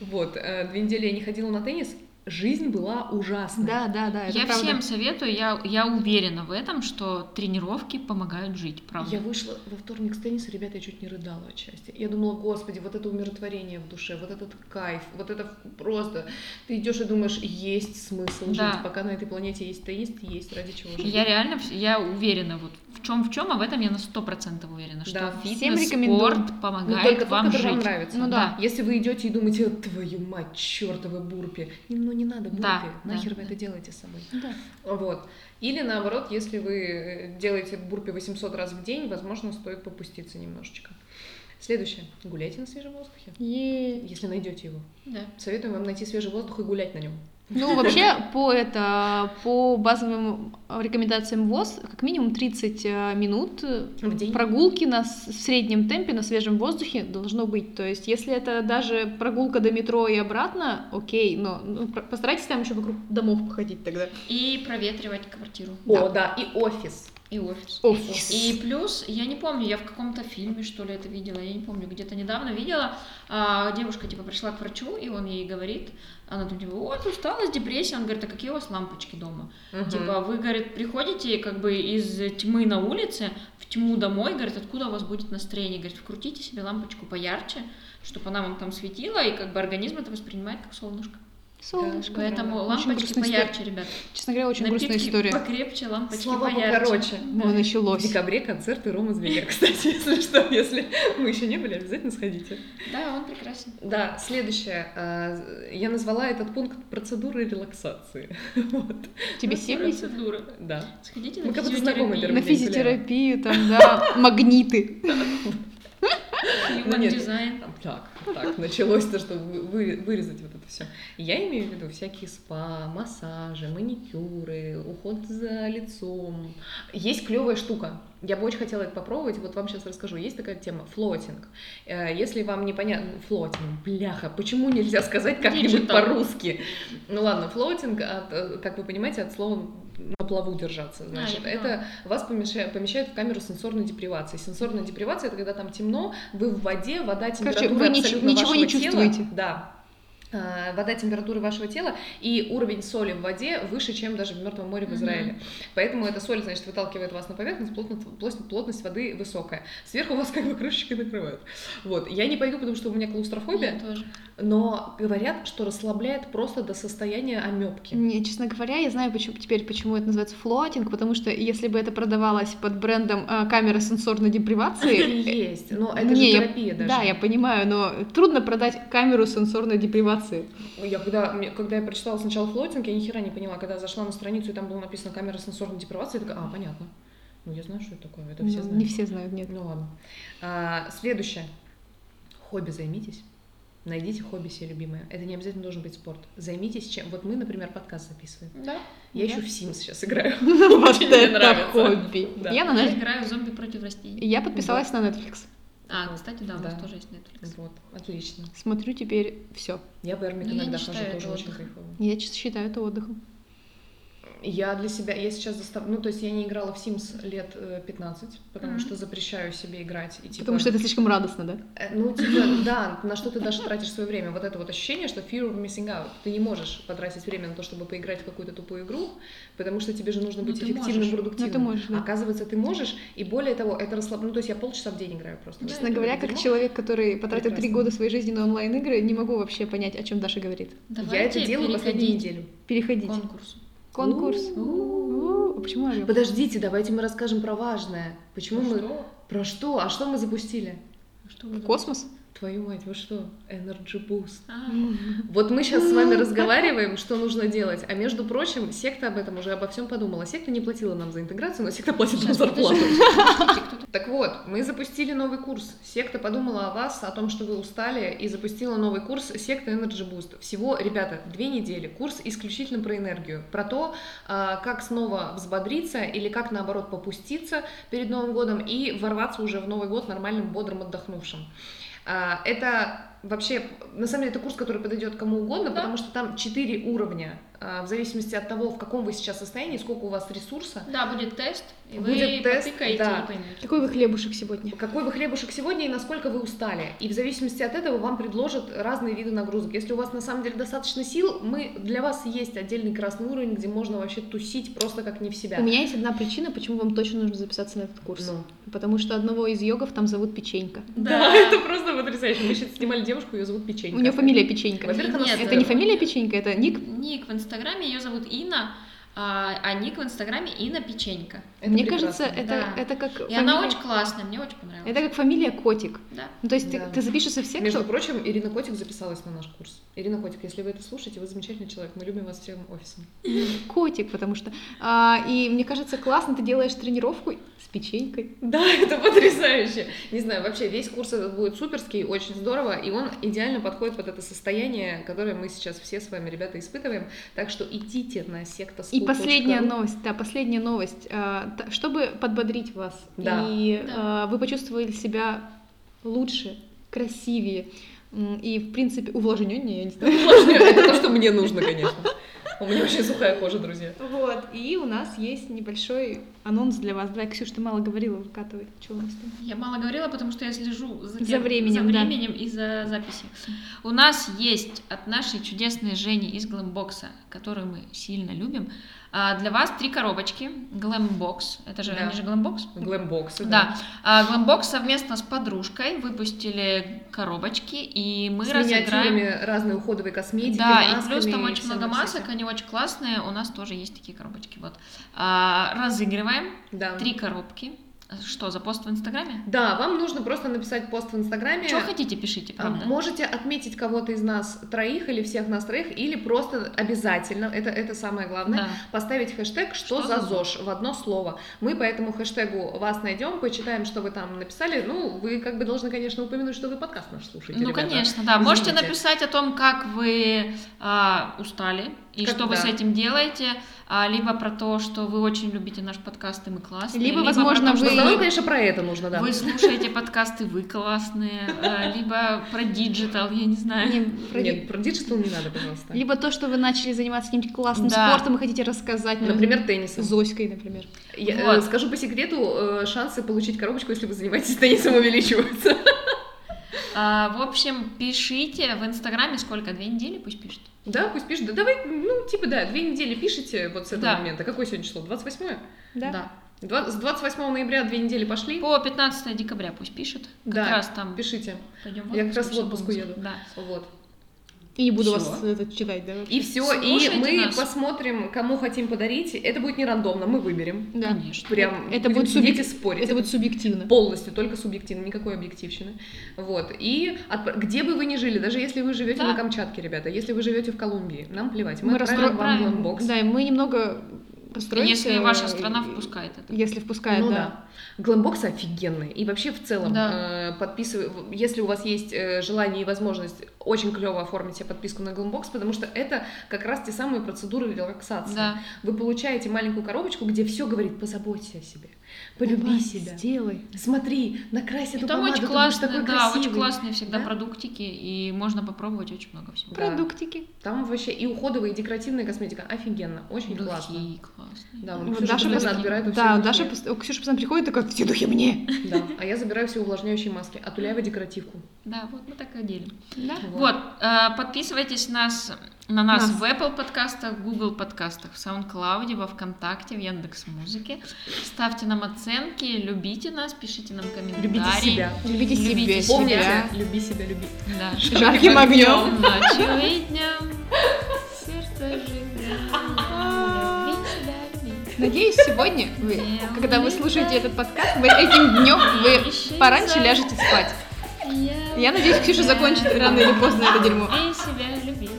[SPEAKER 1] Вот. Э, Две недели я не ходила на теннис. Жизнь была ужасная.
[SPEAKER 2] Да, да, да. это
[SPEAKER 3] Я
[SPEAKER 2] правда.
[SPEAKER 3] всем советую, я, я уверена в этом, что тренировки помогают жить, правда.
[SPEAKER 1] Я вышла во вторник с тенниса, ребята, я чуть не рыдала от счастья. Я думала, господи, вот это умиротворение в душе, вот этот кайф, вот это просто... Ты идешь и думаешь, есть смысл
[SPEAKER 3] Да.
[SPEAKER 1] жить, пока на этой планете есть теннис, есть ради чего жить.
[SPEAKER 3] Я реально, вс- я уверена вот в чем в чем, а в этом я на сто процентов уверена, что
[SPEAKER 1] Да,
[SPEAKER 2] всем
[SPEAKER 3] фитнес,
[SPEAKER 2] рекомендую.
[SPEAKER 3] спорт
[SPEAKER 1] Ну,
[SPEAKER 3] помогает
[SPEAKER 1] только тот,
[SPEAKER 3] вам
[SPEAKER 1] который вам
[SPEAKER 3] жить.
[SPEAKER 1] нравится.
[SPEAKER 2] Ну да.
[SPEAKER 1] Если вы идете и думаете, твою мать, чертовы бурпи, ну не надо бурпи,
[SPEAKER 3] Да,
[SPEAKER 1] нахер вы
[SPEAKER 3] да, да.
[SPEAKER 1] это делаете с собой.
[SPEAKER 2] Да.
[SPEAKER 1] Вот. Или наоборот, если вы э, делаете бурпи 800 раз в день, возможно, стоит попуститься немножечко. Следующее. Гуляйте на свежем воздухе,
[SPEAKER 2] Е.
[SPEAKER 1] если найдете его.
[SPEAKER 3] Да.
[SPEAKER 1] Советуем вам найти свежий воздух и гулять на нем.
[SPEAKER 2] Ну, вообще, по это, по базовым рекомендациям ВОЗ, как минимум 30 э, минут э,
[SPEAKER 1] В день.
[SPEAKER 2] прогулки на, с- в среднем темпе на свежем воздухе должно быть. То есть, если это даже прогулка до метро и обратно, окей, но ну, про- постарайтесь там еще вокруг домов походить тогда.
[SPEAKER 3] И проветривать квартиру
[SPEAKER 1] О, да, и офис.
[SPEAKER 3] и офис.
[SPEAKER 2] Офис.
[SPEAKER 3] И плюс, я не помню, я в каком-то фильме, что ли, это видела, я не помню, где-то недавно видела, а, девушка, типа, пришла к врачу, и он ей говорит, она там, типа, вот, усталость, депрессия, он говорит, а какие у вас лампочки дома?
[SPEAKER 1] Мгм.
[SPEAKER 3] Типа, вы, говорит, приходите, как бы, из тьмы на улице в тьму домой, говорит, откуда у вас будет настроение? Говорит, вкрутите себе лампочку поярче, чтобы она вам там светила, и, как бы, организм это воспринимает как солнышко.
[SPEAKER 2] Солнышко.
[SPEAKER 1] Да,
[SPEAKER 3] Поэтому
[SPEAKER 2] Очень
[SPEAKER 3] лампочки
[SPEAKER 2] грустная
[SPEAKER 3] поярче, ребят.
[SPEAKER 2] история. Честно говоря, очень грустная
[SPEAKER 3] Напитки
[SPEAKER 2] история.
[SPEAKER 3] покрепче, лампочки
[SPEAKER 1] Слова
[SPEAKER 3] поярче.
[SPEAKER 1] покороче.
[SPEAKER 2] Ну,
[SPEAKER 1] В
[SPEAKER 2] началось.
[SPEAKER 1] декабре концерты Рома Змея, кстати, если что, если мы еще не были, обязательно сходите.
[SPEAKER 3] Да, он прекрасен.
[SPEAKER 1] Да, следующее. э, Я назвала этот пункт процедуры релаксации. Вот,
[SPEAKER 2] Тебе 70?
[SPEAKER 3] Процедура.
[SPEAKER 1] да.
[SPEAKER 3] Сходите
[SPEAKER 1] Мы
[SPEAKER 3] на
[SPEAKER 1] как будто
[SPEAKER 3] физиотерапию.
[SPEAKER 1] знакомые,
[SPEAKER 2] На
[SPEAKER 1] Первый день
[SPEAKER 2] физиотерапию, там, да, магниты.
[SPEAKER 1] Ну,
[SPEAKER 3] Human
[SPEAKER 1] нет.
[SPEAKER 3] design.
[SPEAKER 1] Так, так, началось то, что вы- вы- вырезать вот это все. Я имею в виду всякие спа, массажи, маникюры, уход за лицом. Есть клевая штука. Я бы очень хотела это попробовать. Вот вам сейчас расскажу. Есть такая тема флотинг. Э, Если вам непонятно... Флотинг, бляха, почему нельзя сказать как-нибудь
[SPEAKER 3] Digital.
[SPEAKER 1] по-русски? Ну ладно, флотинг, от, э, как вы понимаете, от слова на плаву держаться, значит,
[SPEAKER 3] я
[SPEAKER 1] это
[SPEAKER 3] поняла.
[SPEAKER 1] вас помещает, помещает в камеру сенсорной депривации. Сенсорная депривация это когда там темно, вы в воде, вода температура
[SPEAKER 2] вы ни-
[SPEAKER 1] абсолютно
[SPEAKER 2] ничего не
[SPEAKER 1] вашего тела.
[SPEAKER 2] чувствуете.
[SPEAKER 1] Да. А, Вода температуры вашего тела и уровень соли в воде выше, чем даже в Мертвом море в
[SPEAKER 3] Мгм.
[SPEAKER 1] Израиле. Поэтому эта соль, значит, выталкивает вас на поверхность, плотность, плотность- плотность воды высокая. Сверху вас как бы крышечкой накрывают. Вот. Я не пойду, потому что у меня
[SPEAKER 3] Я
[SPEAKER 1] клаустрофобия,
[SPEAKER 3] тоже.
[SPEAKER 1] но говорят, что расслабляет просто до состояния амебки.
[SPEAKER 2] Не, честно говоря, я знаю почему, теперь, почему это называется флотинг, потому что если бы это продавалось под брендом э, камера сенсорной депривации... э,
[SPEAKER 1] Есть, но это
[SPEAKER 2] не,
[SPEAKER 1] же
[SPEAKER 2] я-
[SPEAKER 1] терапия даже.
[SPEAKER 2] Да, я понимаю, но трудно продать камеру сенсорной депривации.
[SPEAKER 1] Я когда, мне- когда я прочитала сначала флотинг, я ни хера не поняла. Когда я зашла на страницу, и там было написано камера сенсорной депривации, я такая, а, понятно. Ну, я знаю, что это такое, это все
[SPEAKER 2] Ну,
[SPEAKER 1] знают.
[SPEAKER 2] Не все знают, нет.
[SPEAKER 1] Ну ладно. А, следующее. Хобби займитесь. Найдите хобби себе любимое. Это не обязательно должен быть спорт. Займитесь чем. Вот мы, например, подкаст записываем.
[SPEAKER 3] Да.
[SPEAKER 1] Я
[SPEAKER 2] Да.
[SPEAKER 1] еще в Sims сейчас играю.
[SPEAKER 2] Вот
[SPEAKER 1] Очень мне
[SPEAKER 2] это
[SPEAKER 1] нравится.
[SPEAKER 2] хобби.
[SPEAKER 1] Да.
[SPEAKER 2] Я на
[SPEAKER 3] Я
[SPEAKER 2] Netflix.
[SPEAKER 3] играю в зомби против растений.
[SPEAKER 2] Я подписалась на Netflix.
[SPEAKER 3] А, кстати, да, у нас
[SPEAKER 1] Да.
[SPEAKER 3] тоже есть Netflix.
[SPEAKER 1] Вот, отлично.
[SPEAKER 2] Смотрю теперь все.
[SPEAKER 1] Я в Эрмик
[SPEAKER 3] Ну, я не
[SPEAKER 1] иногда
[SPEAKER 3] считаю
[SPEAKER 1] хожу,
[SPEAKER 3] это
[SPEAKER 1] тоже очень
[SPEAKER 3] отдыхом.
[SPEAKER 1] кайфово.
[SPEAKER 2] Я чис- считаю это отдыхом.
[SPEAKER 1] Я для себя, я сейчас заставляю, ну, то есть я не играла в Sims лет э, 15, потому
[SPEAKER 3] Мгм.
[SPEAKER 1] что запрещаю себе играть. И, типа,
[SPEAKER 2] Потому что это слишком радостно, да?
[SPEAKER 1] э, Ну, типа, да, на что ты даже тратишь свое время. Вот это вот ощущение, что fear of missing out. Ты не можешь потратить время на то, чтобы поиграть в какую-то тупую игру, потому что тебе же нужно
[SPEAKER 3] Ну,
[SPEAKER 1] быть
[SPEAKER 3] ты
[SPEAKER 1] эффективным,
[SPEAKER 3] можешь. Ну, ты
[SPEAKER 1] продуктивным.
[SPEAKER 2] можешь, да.
[SPEAKER 1] Оказывается, ты можешь, и более того, это расслабляет. Ну, то есть я полчаса в день играю просто.
[SPEAKER 2] Честно говоря, как человек, который потратил три
[SPEAKER 1] Прекрасно.
[SPEAKER 2] года своей жизни на онлайн-игры, не могу вообще понять, о чем Даша говорит.
[SPEAKER 1] Я это делаю последнюю
[SPEAKER 3] переходить
[SPEAKER 1] неделю.
[SPEAKER 3] к
[SPEAKER 2] Переходите.
[SPEAKER 3] конкурсу.
[SPEAKER 2] Конкурс.
[SPEAKER 1] У-у-у.
[SPEAKER 2] У-у-у. А Почему орём?
[SPEAKER 1] Подождите, давайте мы расскажем про важное. Почему мы...
[SPEAKER 3] Что?
[SPEAKER 1] Про что? А что мы запустили?
[SPEAKER 3] Что вы
[SPEAKER 2] Космос?
[SPEAKER 1] Твою мать, вы что? Energy Boost.
[SPEAKER 3] А,
[SPEAKER 1] Вот мы сейчас с вами разговариваем, что нужно делать. А между прочим, секта об этом уже обо всем подумала. Секта не платила нам за интеграцию, но секта платит нам
[SPEAKER 3] Сейчас,
[SPEAKER 1] зарплату.
[SPEAKER 3] подождите, кто-то-
[SPEAKER 1] Так вот, мы запустили новый курс. Секта подумала о вас, о том, что вы устали, и запустила новый курс Секта Energy Boost. Всего, ребята, две недели. Курс исключительно про энергию, про то, а, как снова взбодриться или как, наоборот, попуститься перед Новым годом и ворваться уже в Новый год нормальным, бодрым, отдохнувшим. А, Это вообще, на самом деле, это курс, который подойдет кому угодно,
[SPEAKER 3] Да.
[SPEAKER 1] потому что там четыре уровня, а, в зависимости от того, в каком вы сейчас состоянии, сколько у вас ресурса,
[SPEAKER 3] А, Да, будет тест, и
[SPEAKER 1] Будет
[SPEAKER 3] вы
[SPEAKER 1] тест,
[SPEAKER 3] потыкаете
[SPEAKER 1] да.
[SPEAKER 3] и поймете.
[SPEAKER 2] Какой вы хлебушек сегодня?
[SPEAKER 1] Какой вы хлебушек сегодня и насколько вы устали. И в зависимости от этого вам предложат разные виды нагрузок. Если у вас на самом деле достаточно сил, мы для вас есть отдельный красный уровень, где можно вообще тусить просто как не в себя.
[SPEAKER 2] У меня есть одна причина, почему вам точно нужно записаться на этот курс.
[SPEAKER 1] Ну.
[SPEAKER 2] Потому что одного из йогов там зовут Печенька.
[SPEAKER 1] Да, это просто потрясающе. Мы сейчас снимали девушку, ее зовут Печенька.
[SPEAKER 2] У нее фамилия Печенька.
[SPEAKER 1] Во-первых, она
[SPEAKER 3] Нет,
[SPEAKER 2] Это не фамилия Печенька, это ник.
[SPEAKER 3] Ник в Инстаграме, ее зовут Инна, а, а ник в Инстаграме Инна Печенька.
[SPEAKER 1] Это
[SPEAKER 2] Мне
[SPEAKER 1] прекрасно.
[SPEAKER 2] кажется, это,
[SPEAKER 3] Да.
[SPEAKER 2] это как
[SPEAKER 3] И
[SPEAKER 2] фамилия...
[SPEAKER 3] она очень классная, мне очень понравилась.
[SPEAKER 2] Это как фамилия Котик.
[SPEAKER 3] Да.
[SPEAKER 2] Ну, то есть ты-
[SPEAKER 1] Да.
[SPEAKER 2] ты, запишешься в секту.
[SPEAKER 1] Между прочим, Ирина Котик записалась на наш курс. Ирина Котик, если вы это слушаете, вы замечательный человек. Мы любим вас всем офисом.
[SPEAKER 2] Котик, потому что... а, и мне кажется, классно, ты делаешь тренировку с печенькой.
[SPEAKER 1] Да, это потрясающе. Не знаю, вообще весь курс этот будет суперский, очень здорово, и он идеально подходит под это состояние, которое мы сейчас все с вами, ребята, испытываем. Так что идите на секта
[SPEAKER 2] И последняя новость, да, последняя новость. а, та- чтобы подбодрить вас,
[SPEAKER 1] Да.
[SPEAKER 2] и
[SPEAKER 3] Да.
[SPEAKER 2] а, вы почувствовали себя лучше, красивее, м, и, в принципе, увлажненнее, я не знаю.
[SPEAKER 1] Это то, что мне нужно, конечно. У меня очень сухая кожа, друзья.
[SPEAKER 2] Вот, и у нас есть небольшой анонс для вас. Давай, Ксюш, ты мало говорила, выкатывай. Что у нас там?
[SPEAKER 3] Я мало говорила, потому что я слежу за,
[SPEAKER 2] За
[SPEAKER 3] тем-
[SPEAKER 2] временем,
[SPEAKER 3] за
[SPEAKER 2] да.
[SPEAKER 3] временем и за записью. У нас есть от нашей чудесной Жени из Глэмбокса, которую мы сильно любим, а, для вас три коробочки. Глэмбокс, это же,
[SPEAKER 1] Да.
[SPEAKER 3] они же Глэмбокс?
[SPEAKER 1] Глэмбоксы.
[SPEAKER 3] Да. А, Глэмбокс совместно с подружкой выпустили коробочки, и мы
[SPEAKER 1] С
[SPEAKER 3] разыграем...
[SPEAKER 1] миниатюрами разной уходовой косметики,
[SPEAKER 3] Да, и
[SPEAKER 1] масками,
[SPEAKER 3] плюс там
[SPEAKER 1] и
[SPEAKER 3] очень
[SPEAKER 1] всем
[SPEAKER 3] много
[SPEAKER 1] вот
[SPEAKER 3] масок,
[SPEAKER 1] этим.
[SPEAKER 3] они очень классные. У нас тоже есть такие коробочки. Вот. А, разыгрываем
[SPEAKER 1] Да.
[SPEAKER 3] три коробки. Что, за пост в Инстаграме?
[SPEAKER 1] Да, вам нужно просто написать пост в Инстаграме.
[SPEAKER 3] Что хотите, пишите,
[SPEAKER 1] А,
[SPEAKER 3] правда.
[SPEAKER 1] Можете отметить кого-то из нас троих или всех нас троих, или просто обязательно, это, это самое главное,
[SPEAKER 3] Да.
[SPEAKER 1] поставить хэштег «Что,
[SPEAKER 3] Что
[SPEAKER 1] за
[SPEAKER 3] за
[SPEAKER 1] ЗОЖ?» в одно слово. Мы по этому хэштегу вас найдем, почитаем, что вы там написали. Ну, вы как бы должны, конечно, упомянуть, что вы подкаст наш слушаете,
[SPEAKER 3] Ну,
[SPEAKER 1] ребята.
[SPEAKER 3] конечно, да. Можете
[SPEAKER 1] Извините.
[SPEAKER 3] написать о том, как вы а, устали и
[SPEAKER 1] Как-
[SPEAKER 3] что вы
[SPEAKER 1] да.
[SPEAKER 3] с этим делаете, а, либо про то, что вы очень любите наш подкаст и мы классные,
[SPEAKER 2] Либо,
[SPEAKER 3] про
[SPEAKER 2] возможно,
[SPEAKER 3] то,
[SPEAKER 1] В
[SPEAKER 3] что
[SPEAKER 2] вы-
[SPEAKER 1] основном, конечно, про это нужно, да.
[SPEAKER 3] Вы слушаете подкасты, вы классные, а, либо про диджитал, я не знаю.
[SPEAKER 2] Не, вроде-
[SPEAKER 1] Нет, про диджитал не надо, пожалуйста.
[SPEAKER 2] Либо то, что вы начали заниматься каким-то классным
[SPEAKER 3] Да.
[SPEAKER 2] спортом и хотите рассказать. ну,
[SPEAKER 1] Например, теннисом.
[SPEAKER 2] Зоськой, например.
[SPEAKER 1] Я, э,
[SPEAKER 3] Вот.
[SPEAKER 1] Скажу по секрету, э, шансы получить коробочку, если вы занимаетесь теннисом, увеличиваются.
[SPEAKER 3] А, В общем, пишите в Инстаграме сколько? Две недели пусть пишет.
[SPEAKER 1] Да, пусть пишет. Да давай, ну, типа, да, две недели пишите вот с этого
[SPEAKER 3] Да.
[SPEAKER 1] момента. Какое сегодня число? 28
[SPEAKER 2] Да?
[SPEAKER 1] Два- С 28 ноября две недели пошли.
[SPEAKER 3] По 15 декабря пусть пишет. Как
[SPEAKER 1] Да.
[SPEAKER 3] раз там
[SPEAKER 1] Пишите.
[SPEAKER 3] пойдем
[SPEAKER 1] Я как раз в отпуск
[SPEAKER 3] пойдем
[SPEAKER 1] уеду.
[SPEAKER 3] Да.
[SPEAKER 1] Вот.
[SPEAKER 2] И не буду
[SPEAKER 3] Всё.
[SPEAKER 2] вас это читать, да? вообще?
[SPEAKER 1] И все, и
[SPEAKER 3] Слушайте
[SPEAKER 1] мы
[SPEAKER 3] нас.
[SPEAKER 1] посмотрим, кому хотим подарить. Это будет не рандомно, мы выберем.
[SPEAKER 2] Да.
[SPEAKER 3] Конечно.
[SPEAKER 1] Прям
[SPEAKER 2] Это
[SPEAKER 1] будем
[SPEAKER 2] будет
[SPEAKER 1] сидеть
[SPEAKER 2] субъек-
[SPEAKER 1] и спорить.
[SPEAKER 2] Это будет субъективно.
[SPEAKER 1] полностью только субъективно, никакой объективщины. Вот. И отп- где бы вы ни жили, даже если вы живете
[SPEAKER 3] Да.
[SPEAKER 1] на Камчатке, ребята, если вы живете в Колумбии, нам плевать. Мы,
[SPEAKER 2] Мы
[SPEAKER 1] отправим вам
[SPEAKER 3] расстроим-
[SPEAKER 1] глэмбокс.
[SPEAKER 2] Ну, Да, и мы немного расстроимся.
[SPEAKER 3] Если ваша
[SPEAKER 2] э,
[SPEAKER 3] страна
[SPEAKER 2] э,
[SPEAKER 3] впускает это.
[SPEAKER 2] Если впускает,
[SPEAKER 1] Ну
[SPEAKER 2] да.
[SPEAKER 1] да. Глэмбокс офигенный. И вообще в целом,
[SPEAKER 3] Да.
[SPEAKER 1] э, подписыв- если у вас есть э, желание и возможность, очень клево оформить себе подписку на Глэмбокс, потому что это как раз те самые процедуры релаксации.
[SPEAKER 3] Да.
[SPEAKER 1] Вы получаете маленькую коробочку, где все говорит «позаботься о себе». Полюби
[SPEAKER 2] Давай,
[SPEAKER 1] себя.
[SPEAKER 2] Сделай.
[SPEAKER 1] Смотри, накрась
[SPEAKER 3] И
[SPEAKER 1] эту
[SPEAKER 3] там
[SPEAKER 1] помаду,
[SPEAKER 3] очень
[SPEAKER 1] ты будешь
[SPEAKER 3] классные,
[SPEAKER 1] такой
[SPEAKER 3] да, очень
[SPEAKER 1] красивый.
[SPEAKER 3] классные всегда
[SPEAKER 1] Да.
[SPEAKER 3] продуктики, и можно попробовать очень много всего.
[SPEAKER 1] Да.
[SPEAKER 2] Продуктики.
[SPEAKER 1] Там вообще и уходовая, и декоративная косметика. Офигенно, очень
[SPEAKER 3] Духи
[SPEAKER 1] классно.
[SPEAKER 3] классные.
[SPEAKER 1] Да,
[SPEAKER 2] Вот
[SPEAKER 1] вот Ксюша
[SPEAKER 2] Даша
[SPEAKER 1] постоянно
[SPEAKER 2] постоянно-
[SPEAKER 1] отбирает у всех
[SPEAKER 2] Да,
[SPEAKER 1] духи.
[SPEAKER 2] Даша, пост- Ксюша постоянно приходит такая, все духи мне.
[SPEAKER 1] Да, а я забираю все увлажняющие маски, а туляева декоративку.
[SPEAKER 3] Да, вот мы так и делим.
[SPEAKER 2] Да?
[SPEAKER 3] Вот, э, подписывайтесь нас, на нас,
[SPEAKER 2] Нас.
[SPEAKER 3] в Apple подкастах, Google подкастах, в SoundCloud, во Вконтакте, в Яндекс.Музыке. Ставьте нам оценки, любите нас, пишите нам комментарии.
[SPEAKER 1] Любите себя.
[SPEAKER 2] Любите
[SPEAKER 3] Любите
[SPEAKER 2] себе.
[SPEAKER 3] себя.
[SPEAKER 1] Помните,
[SPEAKER 2] себя.
[SPEAKER 1] люби себя, люби.
[SPEAKER 3] Да.
[SPEAKER 2] Жарким огнем.
[SPEAKER 3] Ночью и днем. Сердце жизнь. Люби себя, люби.
[SPEAKER 2] Надеюсь, сегодня, вы, когда вы слушаете этот подкаст, вы этим днем вы
[SPEAKER 3] Ищи
[SPEAKER 2] пораньше
[SPEAKER 3] за-
[SPEAKER 2] ляжете спать.
[SPEAKER 3] Я,
[SPEAKER 2] Я надеюсь, Ксюша закончит рано или поздно это дерьмо.
[SPEAKER 3] Люби себя, люби.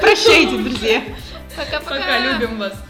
[SPEAKER 2] Прощайте, друзья.
[SPEAKER 3] Пока-пока.
[SPEAKER 1] Пока, любим вас.